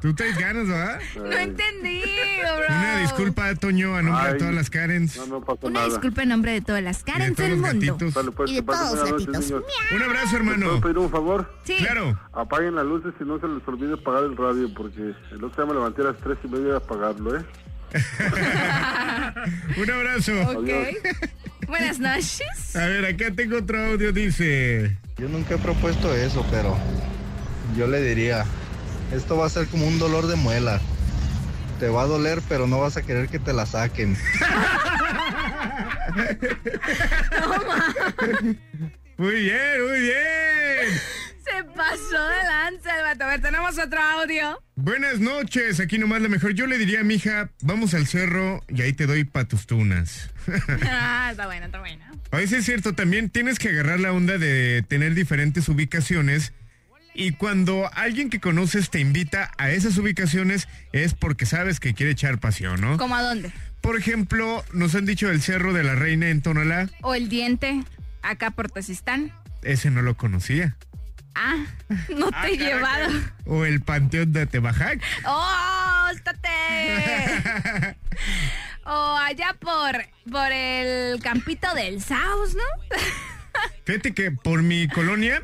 Tú te ganas, ¿verdad?
No entendí, bro.
Una disculpa, Toño, a nombre de
Ay.
todas las Karens.
No, no pasa
Una
nada.
disculpa en nombre de todas las
Y de
Karens
todos
del
los
mundo.
gatitos.
Dale, pues,
Y de
que pasen
todos
buenas
los
noches,
gatitos.
niños.
Un abrazo,
¿Puedo
hermano.
pedir un favor?
Sí.
Claro.
Apaguen las luces y no se les olvide apagar el radio porque el otro día me levanté a las tres y media a apagarlo, ¿eh?
Un abrazo.
Ok. Buenas noches.
A ver, acá tengo otro audio, dice.
Yo nunca he propuesto eso, pero yo le diría, esto va a ser como un dolor de muela. Te va a doler, pero no vas a querer que te la saquen.
Muy bien, muy bien.
Se pasó de lanza el vato. A ver, tenemos otro audio.
Buenas noches, aquí nomás la mejor. Yo le diría a mi hija, vamos al cerro y ahí te doy patustunas.
Ah, está bueno, está bueno.
A veces es cierto, también tienes que agarrar la onda de tener diferentes ubicaciones. Y cuando alguien que conoces te invita a esas ubicaciones es porque sabes que quiere echar pasión, ¿no?
¿Cómo a dónde?
Por ejemplo, nos han dicho el Cerro de la Reina en Tonalá.
¿O el diente? Acá por Tezistán.
Ese no lo conocía.
Ah, no te he llevado.
O el Panteón de Tebajac.
¡Oh, estate! o allá por, por el campito del Saus, ¿no?
Fíjate que por mi colonia,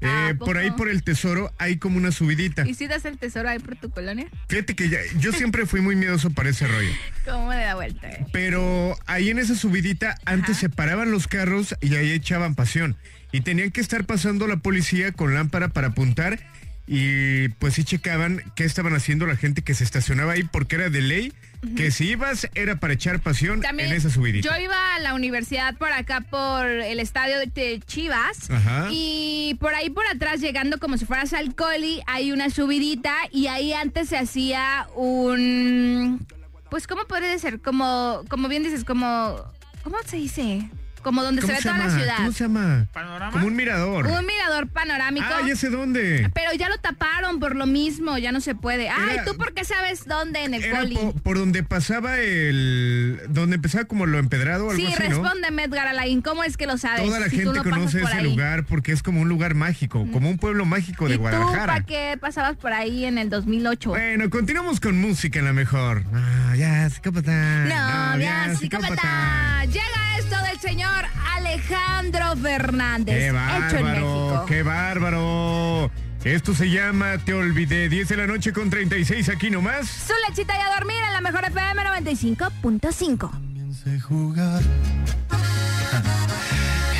Ah,
eh,
¿a
por ahí
poco?
por el tesoro, hay como una subidita.
¿Y si das el tesoro ahí por tu colonia?
Fíjate que ya- yo siempre fui muy miedoso para ese rollo.
¿Cómo le da vuelta? eh?
Pero ahí en esa subidita antes se paraban los carros y ahí echaban pasión. Y tenían que estar pasando la policía con lámpara para apuntar y pues sí checaban qué estaban haciendo la gente que se estacionaba ahí porque era de ley que si ibas era para echar pasión
También
en esa subidita.
yo iba a la universidad por acá por el estadio de Chivas
Ajá.
y por ahí por atrás llegando como si fueras al coli hay una subidita y ahí antes se hacía un pues cómo puede ser como como bien dices como cómo se dice como donde se
¿Cómo
ve
se
toda la
llama?
ciudad
¿Cómo se llama?
¿Panorama?
Como un mirador.
un mirador panorámico
ah, ya sé dónde.
pero ya lo taparon por lo mismo ya no se puede ay
Era-
tú por qué sabes dónde en el
Era
coli
po- por, donde pasaba el... Donde empezaba como lo empedrado o algo
Sí,
así, ¿no?
respóndeme, Edgar Alain, ¿cómo es que lo sabes?
Toda la
si tú
gente
no pasas
conoce
por
ese
ahí? Mm.
lugar porque es como un lugar mágico, como un pueblo mágico de
¿Y tú
Guadalajara.
para qué pasabas por ahí en el 2008?
Bueno, continuamos con música en la mejor. Ah, ya, psicópata.
Novia psicópata. Llega esto del señor Alejandro Fernández.
Qué
hecho en
bárbaro,
México.
qué bárbaro. Esto se llama Te Olvidé. 10 de la noche con 36 aquí nomás.
Su lechita y a dormir en la mejor FM 95.5.
También sé jugar.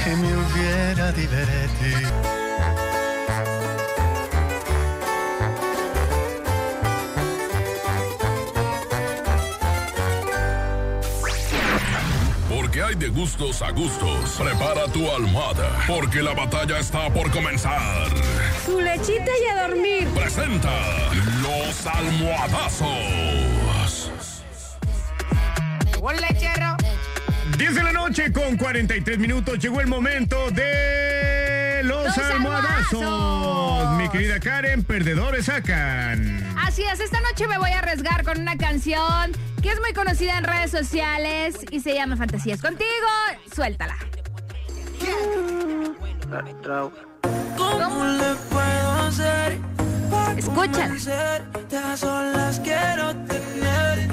que me hubiera divertido.
Porque hay de gustos a gustos. Prepara tu almohada, porque la batalla está por comenzar.
Su lechita y a dormir.
Presenta los almohadazos.
Llegó el lechero.
10 de la noche con 43 minutos. Llegó el momento de los,
Los
almohadazos.
almohadazos.
Mi querida Karen, perdedores sacan.
Así es, esta noche me voy a arriesgar con una canción que es muy conocida en redes sociales y se llama Fantasías contigo. Suéltala.
¿Cómo le puedo hacer? pa'
Escúchala.
convencerte? A solas quiero tener.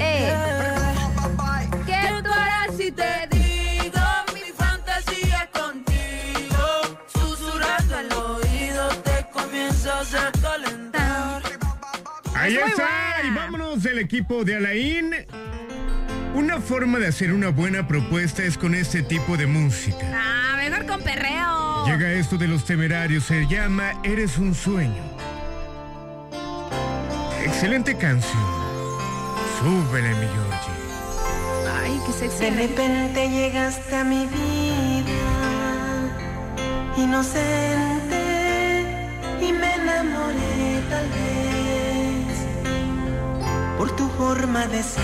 ¿Qué tú harás si te digo?
Mi fantasía contigo. Susurrando al oído te comienzas a calentar.
Ahí
Es muy
está. Y vámonos del equipo de Alain. Una forma de hacer una buena propuesta es con este tipo de música.
Ah, mejor con perreo.
Llega esto de los temerarios, se llama Eres un sueño. Excelente canción. Súbele, mi Georgie.
Ay, qué sexy.
De repente llegaste a mi vida, inocente, y me enamoré tal vez por tu forma de ser,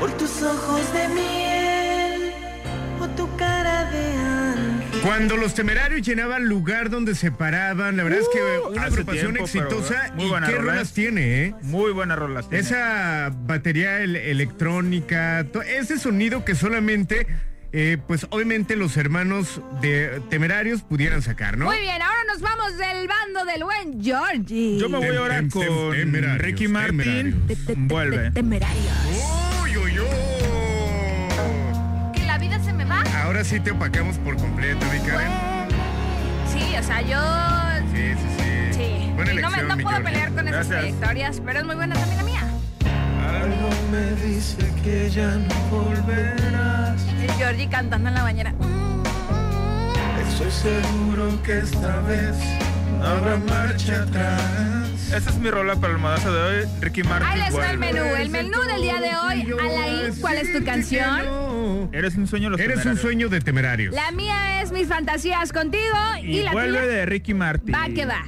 por tus ojos de miel o tu cara de ángel.
Cuando los temerarios llenaban lugar donde se paraban, la verdad es que una
Uh, hace
agrupación
tiempo, pero,
exitosa
¿verdad? Muy
y
buena
qué
rola,
rolas
¿eh?
tiene, ¿eh?
Muy buenas rolas. tiene.
Esa batería el- electrónica, to- ese sonido que solamente, eh, pues obviamente los hermanos de temerarios pudieran sacar, ¿no?
Muy bien, ahora nos vamos del bando del buen Georgie.
Yo me voy ahora
Tem- tem-
con
temerarios,
Ricky Martin.
Te- te- te-
Vuelve.
te- Temerarios.
Uy, uy, uy.
Que la vida se me va.
Ahora sí te opacamos por completo, mi Karen.
Sí, o sea, yo.
Sí, sí, sí.
Sí.
Buena
no, me,
elección,
no
mi
puedo
Georgie.
pelear con esas trayectorias, pero es muy buena también la mía.
Algo me dice que ya no volverás.
El Georgie cantando en la bañera.
Estoy seguro que esta vez no habrá marcha atrás.
Esa es mi rola para el madazo de hoy. Ricky Martin.
Ahí les va el
vuelve.
menú. El menú del día de hoy. Alain, ¿cuál es tu canción?
Eres un sueño de los
Eres un
temerarios.
sueño de temerarios.
La mía es Mis fantasías contigo y,
Y,
la
vuelve
tuya.
de Ricky Martin.
Va que va.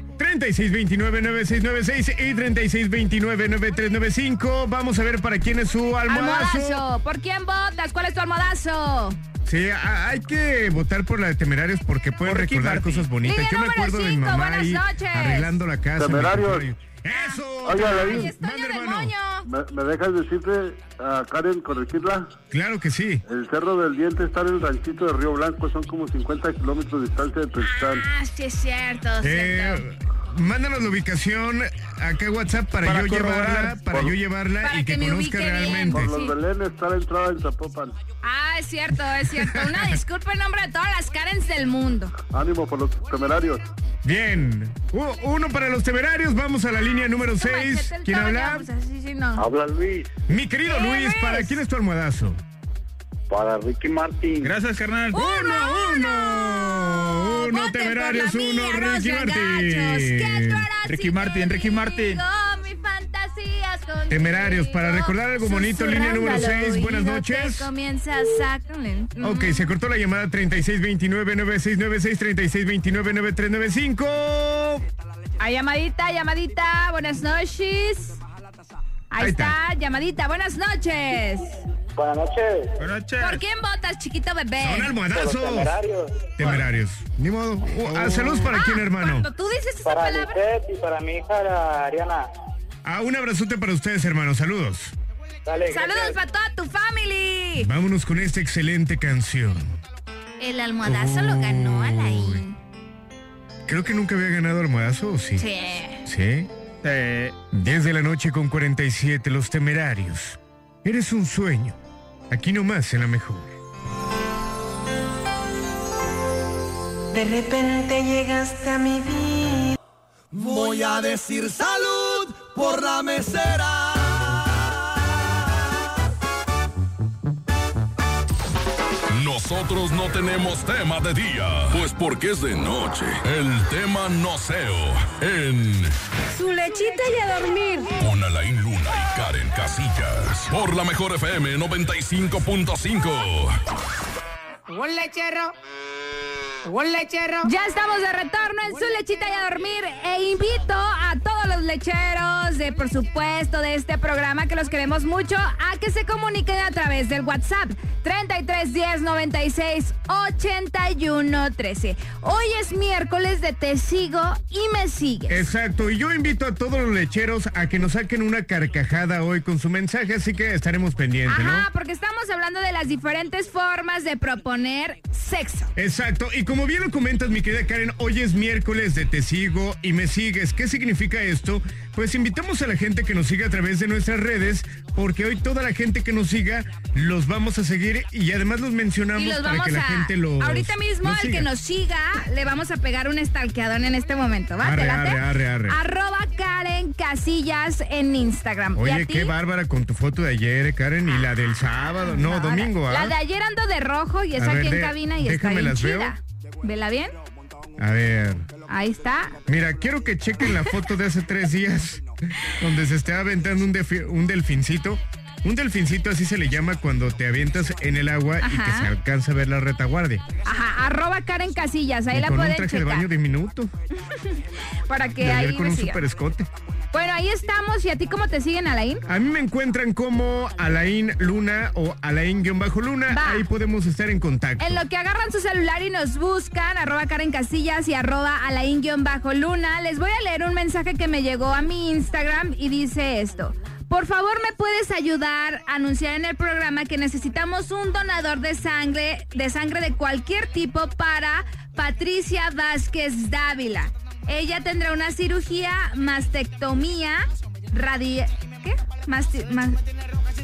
3629-9696 y 3629-9395. Vamos a ver para quién es su almohadazo.
Almodazo. ¿Por quién votas? ¿Cuál es tu almodazo?
Sí, a- hay que votar por la de Temerarios porque pueden recordar cosas bonitas.
Línea
Yo me
número
acuerdo de mi
cinco,
mamá
buenas
ahí
noches.
arreglando la casa. me
Temerarios.
recuerdo yo. ¡Eso!
Oye, Alain.
Ay, estoy en el moño.
¿Me, me dejas decirte a Karen, corregirla?
Claro que sí.
El Cerro del Diente está en el ranchito de Río Blanco, son como 50 kilómetros de distancia de Tuxtán.
Ah, sí, es cierto,
Eh,
cierto.
mándanos la ubicación acá a WhatsApp para,
Para
yo
corroborar.
llevarla, para
Por-
yo llevarla
Para
y que,
que me
conozca
ubique bien.
realmente.
Por
Sí.
los Belén está la entrada en Zapopan.
Ah, es cierto, es cierto. Una disculpa en nombre de todas las Karens del mundo.
Ánimo por los temerarios.
Bien. U- Uno para los temerarios, vamos a la línea número 6.
Machete el
¿Quién
toro,
habla?
ya, pues, así, sí, no.
Habla Luis
Mi querido
Sí,
Luis,
Luis.
¿para quién es tu almohadazo?
para Ricky Martin.
Gracias, carnal.
¡Uno, uno!
Uno,
Voten por
temerarios,
la mía,
uno,
no
Ricky
sean
Martin.
gachos. ¿Qué tú harás
Ricky
si
Martin,
te
Ricky Martin.
digo mis fantasías contigo?
Temerarios, para recordar algo bonito, línea número
Susurrando al
seis, buenas
oído,
noches.
te comienzas a calentar.
Ok, se cortó la llamada 3629-9696, 3629-9395.
Ah, llamadita, llamadita, buenas noches. Ahí,
Ahí
está. llamadita, buenas noches.
Buenas noches.
Buenas noches.
¿Por quién votas, chiquito bebé?
Son
Por los
almohadazos.
temerarios.
Temerarios. Ni modo. Uh, ah, saludos
Oh.
para quién, hermano.
Cuando tú dices esa
Para
palabra,
Lisette y para mi hija, la Ariana.
Ah, un abrazote para ustedes, hermano. Saludos.
Dale,
saludos
gracias.
para toda tu family.
Vámonos con esta excelente canción.
El almohadazo lo ganó Alain.
Creo que nunca había ganado almohadazo, ¿o sí?
Sí.
¿Sí?
Eh,
10 de la noche con 47, Los Temerarios. Eres un sueño. Aquí nomás en la mejor.
De repente llegaste a mi vida. Voy a decir salud por la mesera.
Nosotros no tenemos tema de día, pues porque es de noche. El tema no seo en
Su lechita y a dormir.
con Alain Luna y Karen Casillas por la mejor FM 95.5.
¡Un lechero! ¡Un lechero!
Ya estamos de retorno en su lechita y a dormir. E invito a todos los lecheros de, por supuesto, de este programa que los queremos mucho, a que se comuniquen a través del WhatsApp 3310 96 81 13. Hoy es miércoles de Te sigo y me sigues.
Exacto, y yo invito a todos los lecheros a que nos saquen una carcajada hoy con su mensaje, así que estaremos pendientes,
Ajá,
¿no?
porque estamos hablando de las diferentes formas de proponer sexo.
Exacto, y como bien lo comentas, mi querida Karen, hoy es miércoles de Te Sigo y Me Sigues. ¿Qué significa esto? Pues invitamos a la gente que nos siga a través de nuestras redes, porque hoy toda la gente que nos siga los vamos a seguir y además los mencionamos
Y los
para
vamos
que la
a.
gente los.
ahorita mismo,
los
al
siga.
que nos siga, le vamos a pegar un estalqueadón en este momento. ¿Va? ¿Te
Arre,
late?
arre, arre, arre.
Arroba Karen Casillas en Instagram. ¿Y a
Oye,
ti? Ah,
qué bárbara con tu foto de ayer, eh, Karen, y la del sábado, no, domingo, ¿ah?
La de ayer ando de rojo y
A
está
ver,
aquí en
de-
cabina y está
déjame
bien
las veo.
chida. ¿Vela bien?
A ver.
Ahí está.
Mira, quiero que chequen la foto de hace tres días, donde se está aventando un, defi- un delfincito. Un delfincito así se le llama cuando te avientas en el agua y que
Ajá.
se alcanza a ver la retaguardia.
Ajá, arroba Karen Casillas, ahí
Y
la
con
pueden
un traje de
checar.
baño diminuto.
Para que
de ayer
ahí
con
me
un
sigan.
super escote.
Bueno, ahí estamos. ¿Y a ti cómo te siguen, Alain?
A mí me encuentran como Alain Luna o Alain-Luna. Ahí podemos estar en contacto.
En lo que agarran su celular y nos buscan, arroba Karen Casillas y arroba Alain-Luna, les voy a leer un mensaje que me llegó a mi Instagram y dice esto. Por favor, ¿me puedes ayudar a anunciar en el programa que necesitamos un donador de sangre, de sangre de cualquier tipo para Patricia Vázquez Dávila? Ella tendrá una cirugía mastectomía radi... ¿Qué? Masti- mas-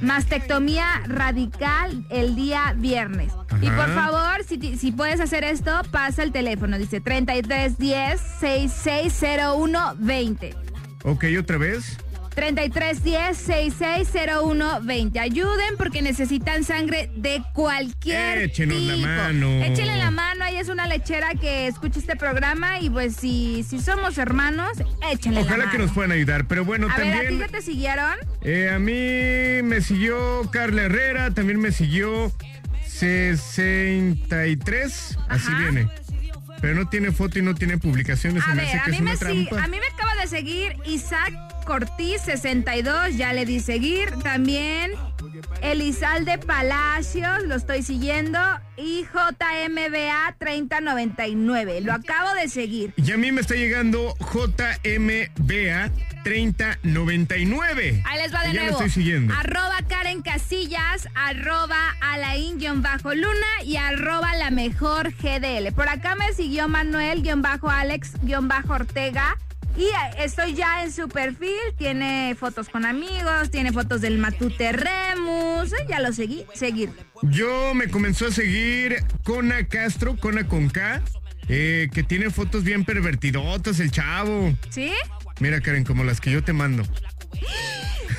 mastectomía radical el día viernes. Y por
Ajá.
favor, si, ti- si puedes hacer esto, pasa el teléfono. Dice 3310 660120.
Ok, otra vez.
3310 660120. Ayuden porque necesitan sangre de cualquier
Échenos la
tipo.
mano.
Échenle la mano, ella es una lechera que escucha este programa y pues si, si somos hermanos, échenle la
Ojalá
mano.
que nos puedan ayudar. Pero bueno,
a ver, ¿a ti
también.
ya te siguieron?
Eh, a mí me siguió Carla Herrera, también me siguió 63, así viene. Pero no tiene foto y no tiene publicaciones, se
A
me
ver,
hace
a
que es
mí,
una
me si-
trampa.
a mí me acaba de seguir Isaac Cortiz 62, ya le di seguir. También Elizalde Palacios, lo estoy siguiendo. Y JMBA 3099, lo acabo de seguir.
Y a mí me está llegando JMBA 3099.
Ahí les va de
Y ya
nuevo.
lo estoy siguiendo.
Arroba Karen Casillas, arroba Alain-Luna y arroba la mejor GDL. Por acá me siguió Manuel-Alex-Ortega. Y eh, estoy ya en su perfil, tiene fotos con amigos, tiene fotos del Matute Remus, eh, ya lo seguí, seguir.
Yo me comenzó a seguir Cona Castro, Cona con K, eh, que tiene fotos bien pervertidotas, el chavo.
¿Sí?
Mira, Karen, como las que yo te mando.
¡Ah!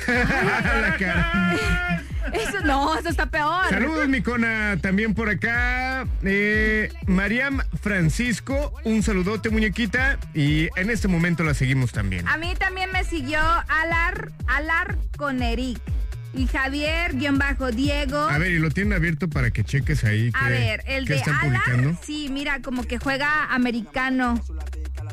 La cara.
Eso no, eso está peor.
Saludos, mi cona. También por acá, eh, Mariam Francisco. Un saludote, muñequita. Y en este momento la seguimos también.
A mí también me siguió Alar, Alar con Eric y Javier-Diego.
A ver, y lo tienen abierto para que cheques ahí.
A
qué-
ver, el
qué
de
están
Alan,
publicando.
sí, mira, como que juega americano.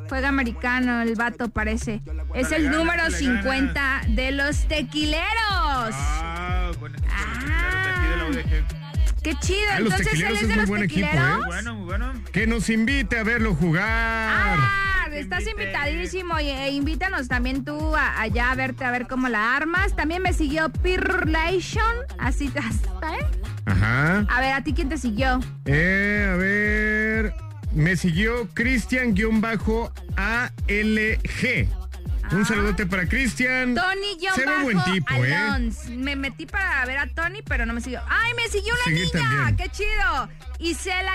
Juega americano, el vato parece. Es el
gana,
número
le
50 de los tequileros.
Ah, bueno, equipo de tequileros de aquí de la UDG.
Qué chido.
Ah, los
Entonces él
tequileros
es
es
de
muy
los
buen equipo, ¿eh?
tequileros.
Bueno, muy bueno.
Que nos invite a verlo jugar.
Ah, estás invitadísimo y- e invítanos también tú a- allá a verte a ver cómo la armas. También me siguió Pirlation, así hasta, ¿eh?
Ajá.
A ver, ¿a ti quién te siguió?
Eh, a ver. Me siguió Cristian-ALG. Un saludote para Cristian.
Ah. Tony yo
Se ve buen tipo, ¿eh?
Me metí para ver a Tony, pero no me siguió. ¡Ay, me siguió una
Seguí
niña!
también.
¡Qué chido!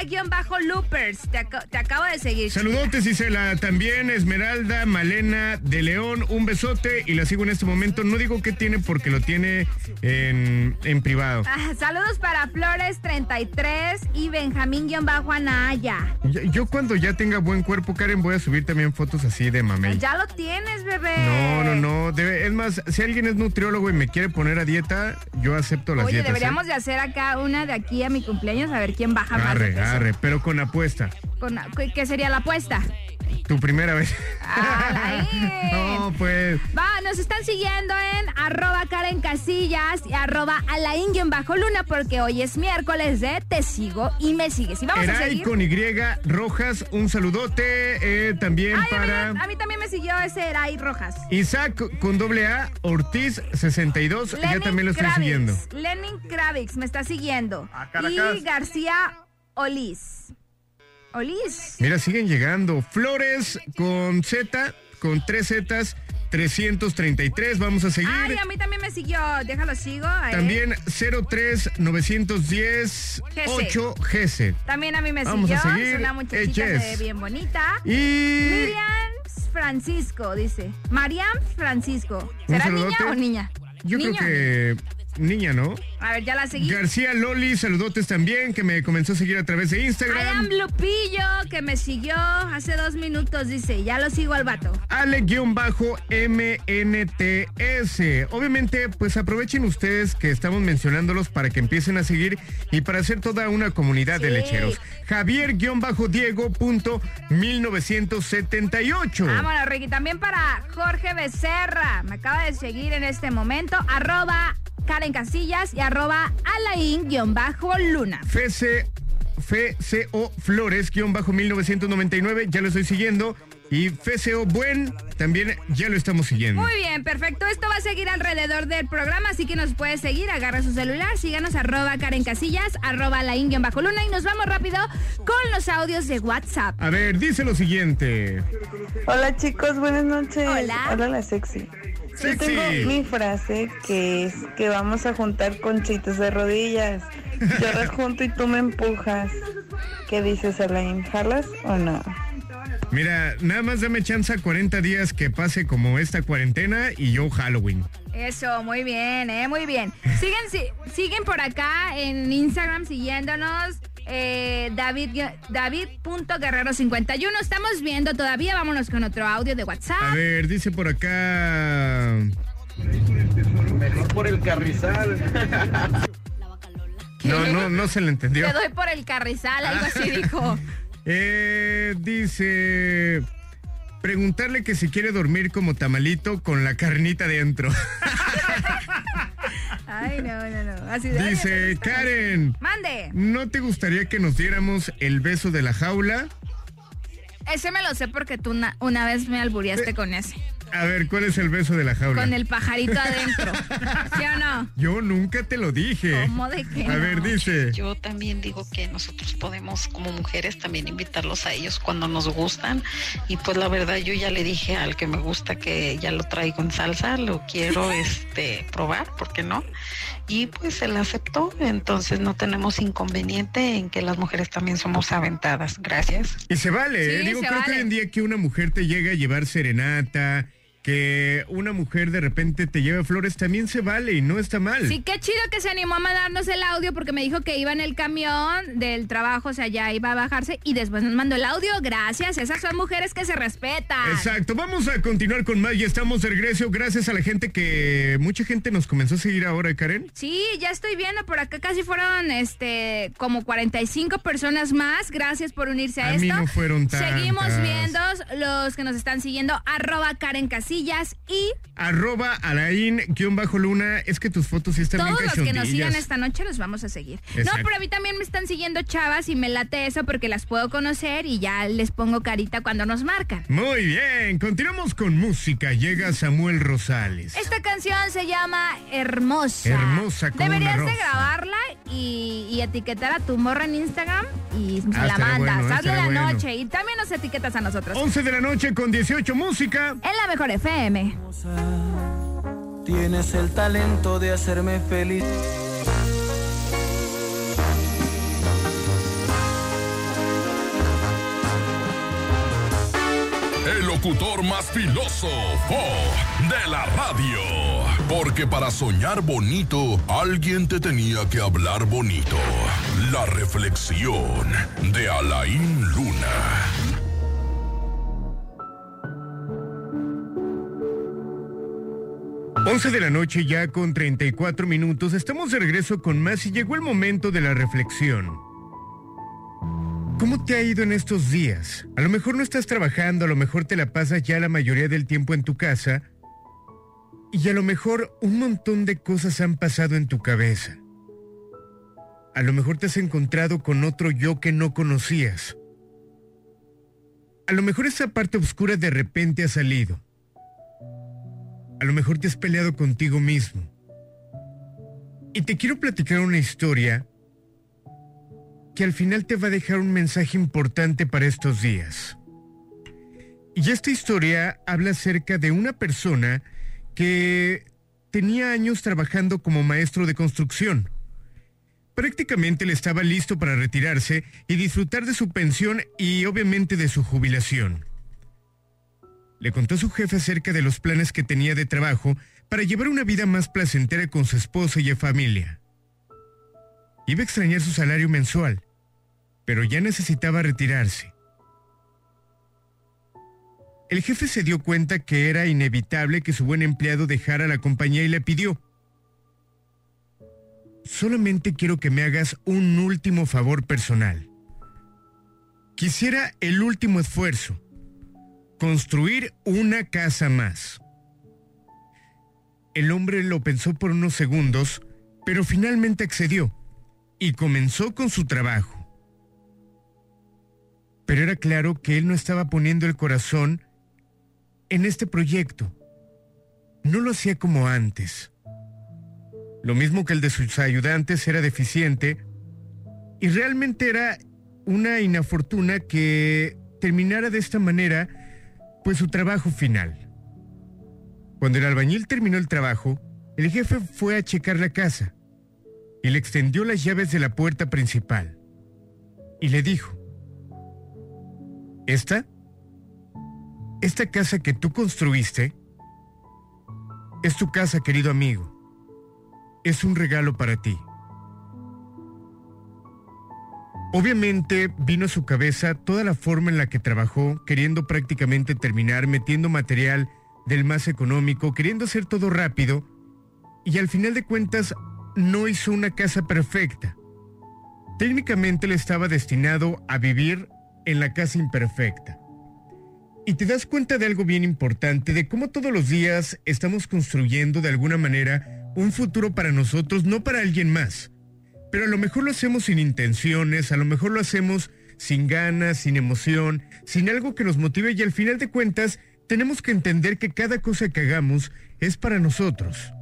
Isela-loopers. Te, ac- te acabo de seguir.
Saludotes, Isela. También Esmeralda, Malena, de León. Un besote y la sigo en este momento. No digo qué tiene porque lo tiene en, en privado.
Ah, saludos para Flores33 y Benjamín-Anaya.
Ya- Yo cuando ya tenga buen cuerpo, Karen, voy a subir también fotos así de mamey.
Ya lo tienes, bebé.
No, no, no. debe- es más, si alguien es nutriólogo y me quiere poner a dieta, yo acepto las
Oye,
dietas. ¿eh?
deberíamos de hacer acá una de aquí a mi cumpleaños a ver quién baja más. de
Arre,
peso.
arre, pero con apuesta.
Con- ¿qué- ¿Qué sería la apuesta?
Tu primera vez.
Alain.
no, pues.
Va, nos están siguiendo en arroba Karen Casillas y arroba Alain bajo luna porque hoy es miércoles de Te sigo y me sigues. Y vamos a
Eray
seguir.
con Y Rojas, un saludote. eh, también
Ay, a mí-
para
a, mí, también me siguió ese Eray Rojas.
Isaac con doble A, Ortiz 62. ya también lo estoy
Kravitz,
siguiendo. Ah,
Lenin Kravitz me está siguiendo.
Caracas.
y García Olís. Olís.
Mira, siguen llegando. Flores con Z, con tres Zetas, 333. Vamos a seguir.
Ay, a mí también me siguió. Déjalo sigo. a él.
También 03910 8 GC.
También a mí me
Vamos a
siguió.
seguir.
Es una muchachita
Eh, yes.
se ve bien bonita.
Y-
Miriam Francisco, dice. Mariam Francisco.
Un
¿Será niña
saludote.
o niña?
Yo
Niño.
creo que niña, ¿no?
A ver, ya la seguí.
García Loli, saludotes también, que me comenzó a seguir a través de
I am
Instagram.
Lupillo, que me siguió hace dos minutos, dice. Ya lo sigo al vato.
Ale-MNTS. Obviamente, pues aprovechen ustedes que estamos mencionándolos para que empiecen a seguir y para hacer toda una comunidad de
Sí.
lecheros. Javier-Diego.1978.
Vámonos, Ricky. También para Jorge Becerra. Me acaba de seguir en este momento. Arroba Karen Casillas y arroba Alain-Luna.
FC, FCO Flores-1999, ya lo estoy siguiendo. Y FCO Buen, también ya lo estamos siguiendo.
Muy bien, perfecto. Esto va a seguir alrededor del programa, así que nos puedes seguir. Agarra su celular, síganos arroba Karen Casillas, arroba la India en bajo luna y nos vamos rápido con los audios de WhatsApp.
A ver, dice lo siguiente.
Hola chicos, buenas noches.
Hola.
Hola la sexy.
Sexy.
Yo tengo mi frase que es que vamos a juntar conchitas de rodillas. Yo las junto y tú me empujas. ¿Qué dices, Alain? ¿Jalas o no?
Mira, nada más dame chance a 40 días que pase como esta cuarentena y yo Halloween.
Eso, muy bien, eh, muy bien. Siguen, si- siguen por acá en Instagram siguiéndonos. eh, David David.guerrero51. Estamos viendo todavía. Vámonos con otro audio de
A
WhatsApp.
ver, dice por acá.
Mejor por el carrizal.
No, no, no se le entendió.
Te doy por el carrizal, algo así dijo.
Eh, dice. Preguntarle que si quiere dormir como tamalito con la carnita dentro.
Ay, no, no, no. Así de-
Dice Karen.
Mande.
¿No te gustaría que nos diéramos el beso de la jaula?
Ese me lo sé porque tú una, una vez me albureaste con ese.
A ver, ¿cuál es el beso de la jaula?
Con el pajarito adentro. ¿Sí o no?
Yo nunca te lo dije.
¿Cómo de que
A
no?
ver, dice.
Yo también digo que nosotros podemos como mujeres también invitarlos a ellos cuando nos gustan y pues la verdad yo ya le dije al que me gusta que ya lo traigo en salsa, lo quiero este probar, ¿por qué no? Y pues él aceptó, entonces no tenemos inconveniente en que las mujeres también somos aventadas. Gracias.
Y se vale, ¿eh?
Sí,
digo,
se
creo que
vale.
hoy en día que una mujer te llega a llevar serenata, que una mujer de repente te lleva flores, también se vale y no está mal.
Sí, qué chido que se animó a mandarnos el audio porque me dijo que iba en el camión del trabajo, o sea, ya iba a bajarse y después nos mandó el audio. Gracias, esas son mujeres que se respetan.
Exacto, vamos a continuar con más, ya estamos de regreso, gracias a la gente que mucha gente nos comenzó a seguir ahora, Karen.
Sí, ya estoy viendo, por acá casi fueron este como 45 personas más. Gracias por unirse a,
A
esto.
mí no fueron
Seguimos
tantas.
viendo los que nos están siguiendo, arroba Karen Casillas y
Arroba Alain-Luna, es que tus fotos sí están
Todos
bien
los que nos sigan
cachondillas.
esta noche los vamos a seguir.
Exacto.
No, pero a mí también me están siguiendo chavas y me late eso porque las puedo conocer y ya les pongo carita cuando nos marcan.
Muy bien, continuamos con música, llega Samuel Rosales.
Esta canción se llama Hermosa.
Hermosa como una
Deberías de
rosa.
grabarla y, y etiquetar a tu morra en Instagram y se
Ah,
la
estaría
mandas.
bueno,
Hazle la
estaría bueno.
noche y también nos etiquetas a nosotros.
11 de la noche con 18 música.
En la mejor FM.
Tienes el talento de hacerme feliz.
El locutor más filósofo de la radio. Porque para soñar bonito, alguien te tenía que hablar bonito. La reflexión de Alain Luna.
Once de la noche ya con 34 minutos, estamos de regreso con más y llegó el momento de la reflexión. ¿Cómo te ha ido en estos días? A lo mejor no estás trabajando, a lo mejor te la pasas ya la mayoría del tiempo en tu casa y a lo mejor un montón de cosas han pasado en tu cabeza. A lo mejor te has encontrado con otro yo que no conocías. A lo mejor esa parte oscura de repente ha salido. A lo mejor te has peleado contigo mismo. Y te quiero platicar una historia que al final te va a dejar un mensaje importante para estos días. Y esta historia habla acerca de una persona que tenía años trabajando como maestro de construcción. Prácticamente le estaba listo para retirarse y disfrutar de su pensión y obviamente de su jubilación. Le contó a su jefe acerca de los planes que tenía de trabajo para llevar una vida más placentera con su esposa y familia. Iba a extrañar su salario mensual, pero ya necesitaba retirarse. El jefe se dio cuenta que era inevitable que su buen empleado dejara la compañía y le pidió, solamente quiero que me hagas un último favor personal. Quisiera el último esfuerzo construir una casa más. El hombre lo pensó por unos segundos, pero finalmente accedió y comenzó con su trabajo. Pero era claro que él no estaba poniendo el corazón en este proyecto. No lo hacía como antes. Lo mismo que el de sus ayudantes era deficiente y realmente era una inafortuna que terminara de esta manera pues su trabajo final. Cuando el albañil terminó el trabajo, el jefe fue a checar la casa y le extendió las llaves de la puerta principal y le dijo, ¿esta? Esta casa que tú construiste es tu casa, querido amigo. Es un regalo para ti. Obviamente vino a su cabeza toda la forma en la que trabajó, queriendo prácticamente terminar, metiendo material del más económico, queriendo hacer todo rápido, y al final de cuentas no hizo una casa perfecta. Técnicamente le estaba destinado a vivir en la casa imperfecta. Y te das cuenta de algo bien importante, de cómo todos los días estamos construyendo de alguna manera un futuro para nosotros, no para alguien más pero a lo mejor lo hacemos sin intenciones, a lo mejor lo hacemos sin ganas, sin emoción, sin algo que nos motive y al final de cuentas tenemos que entender que cada cosa que hagamos es para nosotros.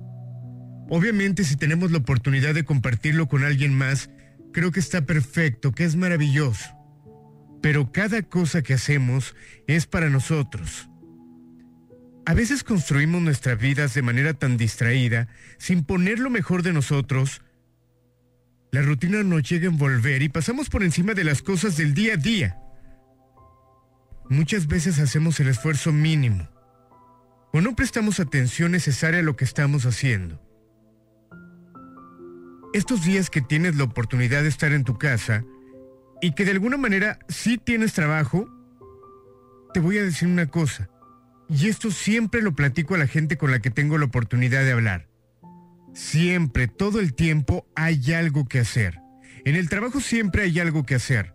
Obviamente si tenemos la oportunidad de compartirlo con alguien más, creo que está perfecto, que es maravilloso. Pero cada cosa que hacemos es para nosotros. A veces construimos nuestras vidas de manera tan distraída, sin poner lo mejor de nosotros, la rutina nos llega a envolver y pasamos por encima de las cosas del día a día. Muchas veces hacemos el esfuerzo mínimo o no prestamos atención necesaria a lo que estamos haciendo. Estos días que tienes la oportunidad de estar en tu casa y que de alguna manera sí tienes trabajo, te voy a decir una cosa, y esto siempre lo platico a la gente con la que tengo la oportunidad de hablar. Siempre, todo el tiempo hay algo que hacer. En el trabajo siempre hay algo que hacer.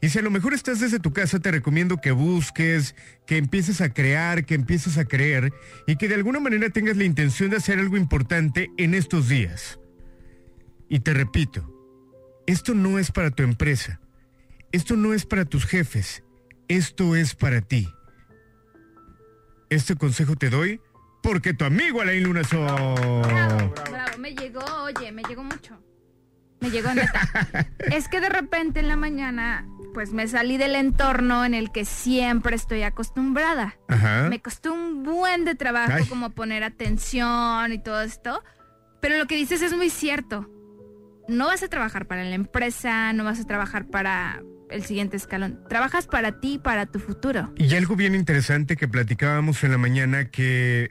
Y si a lo mejor estás desde tu casa, te recomiendo que busques, que empieces a crear, que empieces a creer y que de alguna manera tengas la intención de hacer algo importante en estos días. Y te repito, esto no es para tu empresa, esto no es para tus jefes, esto es para ti. Este consejo te doy porque tu amigo Alain Luna Sol.
Bravo, me llegó, oye, me llegó mucho. Me llegó neta. es que de repente en la mañana, pues me salí del entorno en el que siempre estoy acostumbrada.
Ajá.
Me costó un buen de trabajo
Ay.
como poner atención y todo esto. Pero lo que dices es muy cierto. No vas a trabajar para la empresa, no vas a trabajar para el siguiente escalón. Trabajas para ti, para tu futuro.
Y algo bien interesante que platicábamos en la mañana, que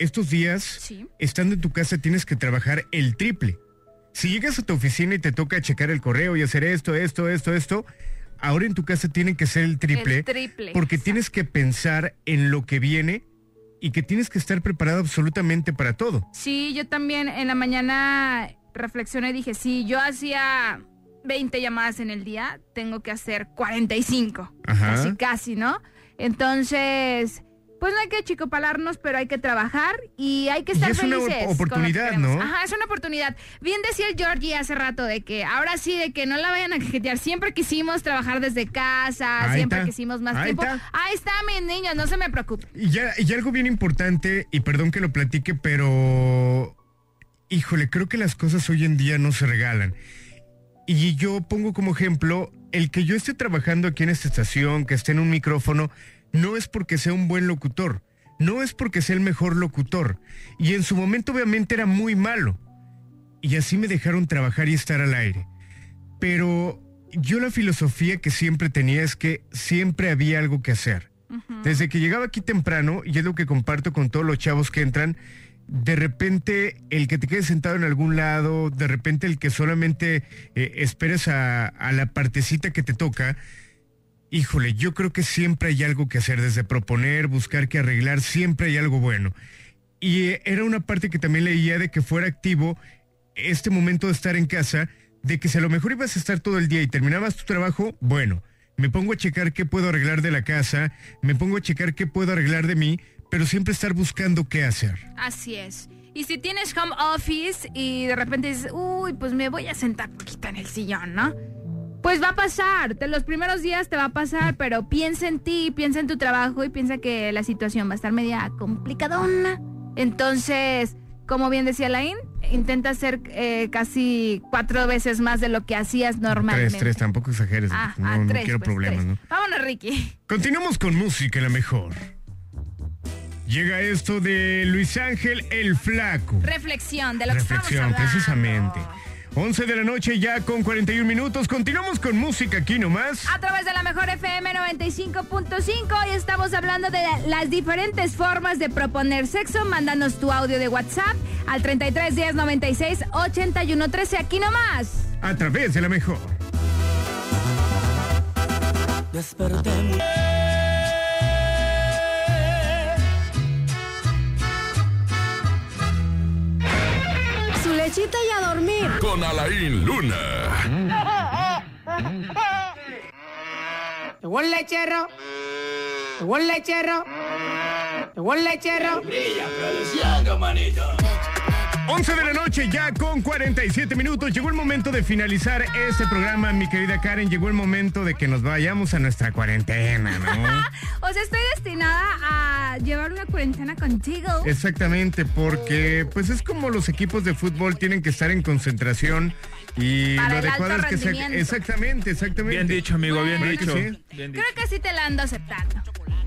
estos días, estando en tu casa, tienes que trabajar el triple. Si llegas a tu oficina y te toca checar el correo y hacer esto, esto, esto, esto, ahora en tu casa tienen que ser el triple.
El triple,
Porque tienes que pensar en lo que viene y que tienes que estar preparado absolutamente para todo.
Sí, yo también en la mañana reflexioné y dije, sí, yo hacía 20 llamadas en el día, tengo que hacer 45.
Ajá.
Casi, casi, ¿no? Entonces, pues no hay que chicopalarnos, pero hay que trabajar y hay que
Y
estar
es una
felices.
op-
con lo que
oportunidad,
queremos.
¿no?
Ajá, es una oportunidad. Bien decía el Georgie hace rato de que ahora sí, de que no la vayan a cajetear. Siempre quisimos trabajar desde casa,
Ahí
siempre
está.
quisimos más
Ahí
tiempo.
está.
Ahí está, mis niños, no se me preocupen.
Y, ya, y algo bien importante, y perdón que lo platique, pero híjole, creo que las cosas hoy en día no se regalan. Y yo pongo como ejemplo, el que yo esté trabajando aquí en esta estación, que esté en un micrófono, no es porque sea un buen locutor, no es porque sea el mejor locutor. Y en su momento obviamente era muy malo. Y así me dejaron trabajar y estar al aire. Pero yo la filosofía que siempre tenía es que siempre había algo que hacer. Desde que llegaba aquí temprano, y es lo que comparto con todos los chavos que entran, de repente el que te quedes sentado en algún lado, de repente el que solamente eh, esperes a, a la partecita que te toca, híjole, yo creo que siempre hay algo que hacer, desde proponer, buscar que arreglar, siempre hay algo bueno. Y eh, era una parte que también leía de que fuera activo este momento de estar en casa, de que si a lo mejor ibas a estar todo el día y terminabas tu trabajo, bueno, me pongo a checar qué puedo arreglar de la casa, me pongo a checar qué puedo arreglar de mí, pero siempre estar buscando qué hacer.
Así es. Y si tienes home office y de repente dices, uy, pues me voy a sentar poquito en el sillón, ¿no? Pues va a pasar, te- los primeros días te va a pasar, pero piensa en ti, piensa en tu trabajo y piensa que la situación va a estar media complicadona. Entonces, como bien decía Lain, intenta hacer eh, casi cuatro veces más de lo que hacías
Tres,
normalmente.
tres, tampoco exageres,
Ah,
no,
ah,
no
tres,
quiero
pues,
problemas,
tres.
¿no?
Vámonos, Ricky.
Continuamos con música, la mejor. Llega esto de Luis Ángel el Flaco.
Reflexión de lo que estamos
Reflexión,
hablando.
precisamente. 11 de la noche ya con 41 minutos. Continuamos con música aquí nomás.
A través de la mejor FM 95.5 y estamos hablando de la- las diferentes formas de proponer sexo. Mándanos tu audio de WhatsApp al 33 10 96 81 13. Aquí nomás.
A través de la mejor.
Desperté.
Su lechita y a dormir.
Con Alain Luna.
Llegó el lechero. Llegó el lechero. Llegó el lechero.
11 de la noche ya con 47 minutos. Llegó el momento de finalizar este programa, mi querida Karen. Llegó el momento de que nos vayamos a nuestra cuarentena, ¿no?
O sea, estoy destinada a llevar una cuarentena contigo.
Exactamente, porque pues es como los equipos de fútbol tienen que estar en concentración y
Para
lo
el
adecuado es
alto
que sea...
rendimiento.
Exactamente, exactamente.
Bien dicho, amigo, bien
¿Verdad que
dicho.
sí?
Bien dicho.
Creo que sí te la ando aceptando.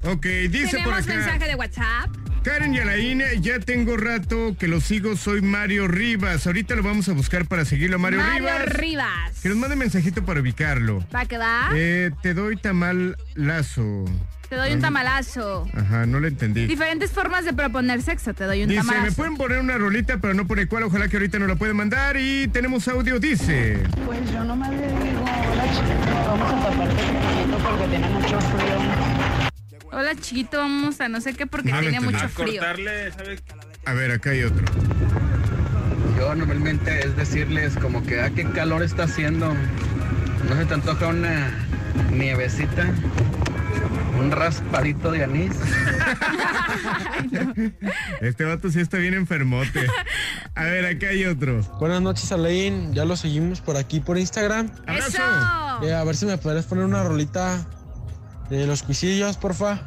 Ok, dice por
Tenemos
acá...
mensaje de WhatsApp.
Karen y Alain, ya tengo rato que lo sigo, soy Mario Rivas. Ahorita lo vamos a buscar para seguirlo, Mario, Rivas.
Rivas.
que nos mande mensajito para ubicarlo.
¿Va a quedar?
Eh, te doy tamal lazo.
Te doy un tamalazo.
Ajá, no lo entendí.
Diferentes formas de proponer sexo. Te doy un
Dice,
tamalazo.
me pueden poner una rolita, pero no pone cuál. Ojalá que ahorita nos la pueden mandar. Y tenemos audio, dice.
Pues yo nomás le digo, hola chiquito, vamos a taparte un poquito porque tiene mucho frío.
Hola chiquito, vamos a no sé qué porque
No lo
tiene
entendí.
mucho
A
frío.
Cortarle, ¿sabes?
Ah, este, A ver, acá hay otro.
Yo normalmente es decirles como que, ah, qué calor está haciendo. No se te antoja una nievecita, un raspadito de anís.
Este vato sí está bien enfermote. A ver, acá hay otro.
Buenas noches, Alain. Ya lo seguimos por aquí por Instagram.
¡Abrazo!
Eh, a ver si me podrías poner una rolita de los cuisillos, porfa.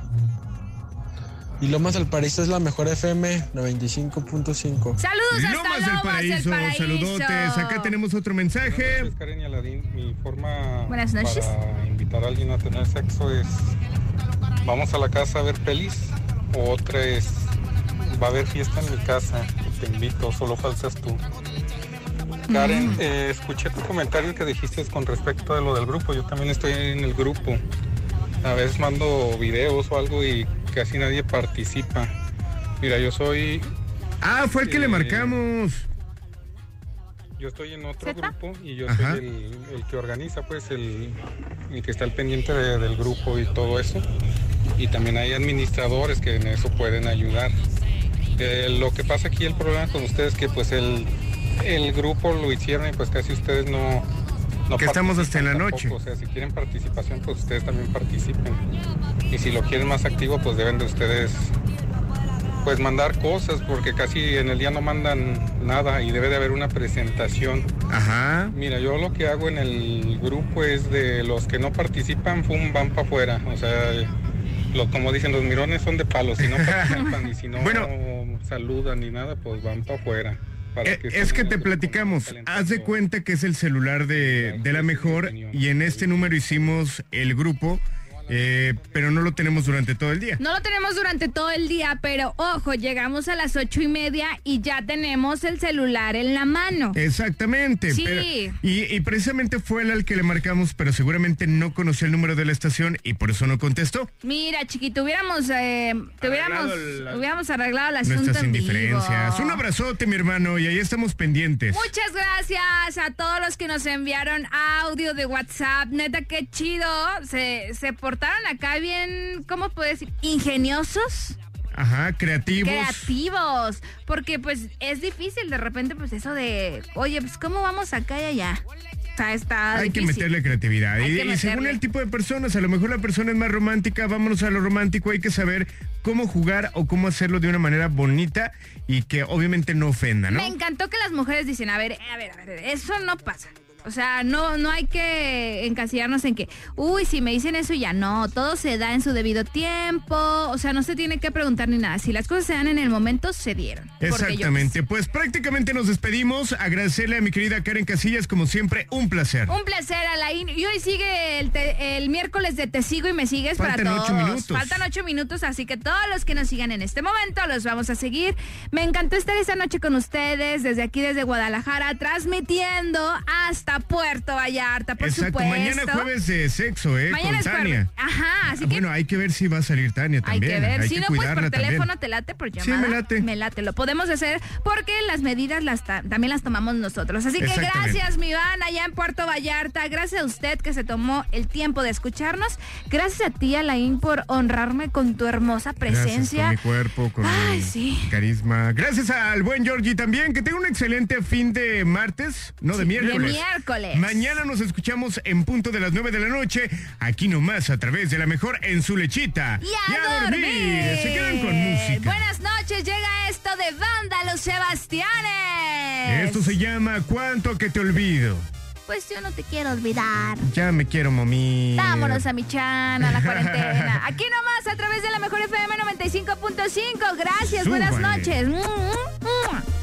Y Lomas del Paraíso es la mejor FM 95.5.
Saludos hasta
Lomas del Paraíso,
Paraíso.
saludotes. Acá tenemos otro mensaje.
Es Karen y Aladín, mi forma
Buenas noches.
para invitar a alguien a tener sexo es vamos a la casa a ver pelis o otra es va a haber fiesta en mi casa, te invito, solo falsas tú. Karen,
Mm.
eh, escuché tu comentario que dijiste con respecto de lo del grupo. Yo también estoy en el grupo. A veces mando videos o algo y casi nadie participa. Mira, yo soy
Ah, fue el que le
Eh,
marcamos.
yo estoy en otro
¿Zeta?
grupo y yo
Ajá.
soy el, el que organiza, pues, el, el que está al pendiente de- del grupo y todo eso. Y también hay administradores que en eso pueden ayudar. Eh, lo que pasa aquí, el problema con ustedes es que, pues, el, el grupo lo hicieron y, pues, casi ustedes no... no
Que estamos hasta en la
participan
noche.
tampoco. O sea, si quieren participación, pues, ustedes también participen. Y si lo quieren más activo, pues, deben de ustedes pues mandar cosas porque casi en el día no mandan nada y debe de haber una presentación.
Ajá.
Mira, yo lo que hago en el grupo es de los que no participan, fum, van para afuera. O sea, lo, como dicen, los mirones son de palos. Si no participan y si no saludan ni nada, pues van para afuera. Para
Eh, Es que te platicamos, haz de cuenta que es el celular de, de la mejor y en este número hicimos el grupo, eh, pero no lo tenemos durante todo el día.
No lo tenemos durante todo el día, pero ojo, llegamos a las ocho y media y ya tenemos el celular en la mano.
Exactamente.
Sí.
pero- y, y precisamente fue él al que le marcamos, pero seguramente no conoció el número de la estación y por eso no contestó.
Mira, chiquito, hubiéramos, eh, te hubiéramos,
la-
hubiéramos arreglado el asunto
Nuestras
en vivo.
indiferencias. Un abrazote, mi hermano, y ahí estamos pendientes.
Muchas gracias a todos los que nos enviaron audio de WhatsApp. Neta, qué chido. Se, se portaron acá bien, ¿cómo puedo decir? Ingeniosos.
Ajá, creativos.
Creativos, porque pues es difícil de repente pues eso de, oye, pues cómo vamos acá y allá. O sea, está
Hay que
difícil.
meterle creatividad.
Hay
Y,
que
y según
meterle.
el tipo de personas, a lo mejor la persona es más romántica, vámonos a lo romántico, hay que saber cómo jugar o cómo hacerlo de una manera bonita y que obviamente no ofenda, ¿no?
Me encantó que las mujeres dicen, a ver, eh, a ver, a ver, eso no pasa. O sea, no, no hay que encasillarnos en que, uy, si me dicen eso ya no, todo se da en su debido tiempo, o sea, no se tiene que preguntar ni nada. Si las cosas se dan en el momento, se dieron. Porque yo-
Exactamente, pues prácticamente nos despedimos. Agradecerle a mi querida Karen Casillas, como siempre, un placer.
Un placer, Alain. Y hoy sigue el, te- el miércoles de Te Sigo y Me Sigues
Faltan
para todos.
ocho minutos.
Faltan ocho minutos, así que todos los que nos sigan en este momento los vamos a seguir. Me encantó estar esta noche con ustedes desde aquí, desde Guadalajara, transmitiendo hasta Puerto Vallarta, por
Exacto,
supuesto.
mañana jueves de sexo, ¿eh?
Mañana
con
es
Tania. Ah,
jueves. Ajá, así que
bueno, hay que ver si va a salir Tania
hay que
también.
ver. si no, pues por
cuidarla también.
teléfono te late, por
Sí,
llamada.
me late.
Me late. Lo podemos hacer porque las medidas las ta- también las tomamos nosotros. Así que
Exactamente.
gracias, mi Iván, allá en Puerto Vallarta. Gracias a usted que se tomó el tiempo de escucharnos. Gracias a ti, Alain, por honrarme con tu hermosa presencia.
Gracias, con mi cuerpo, con
Ay,
mi
sí.
carisma. Gracias al buen Georgie también. Que tenga un excelente fin de martes, no de
Sí, de
miércoles.
miércoles.
Mañana nos escuchamos en punto de las 9 de la noche, aquí nomás a través de la mejor en su lechita.
Y a, dormir.
Se quedan con música.
Buenas noches. Llega esto de Banda Los Sebastianes.
Esto se llama Cuánto que te olvido.
Pues yo no te quiero olvidar.
Ya me quiero, mami.
Vámonos a Michan, a la cuarentena. Aquí nomás, a través de la Mejor FM 95.5. Gracias, buenas
Súbale.
noches. Mm, mm, mm.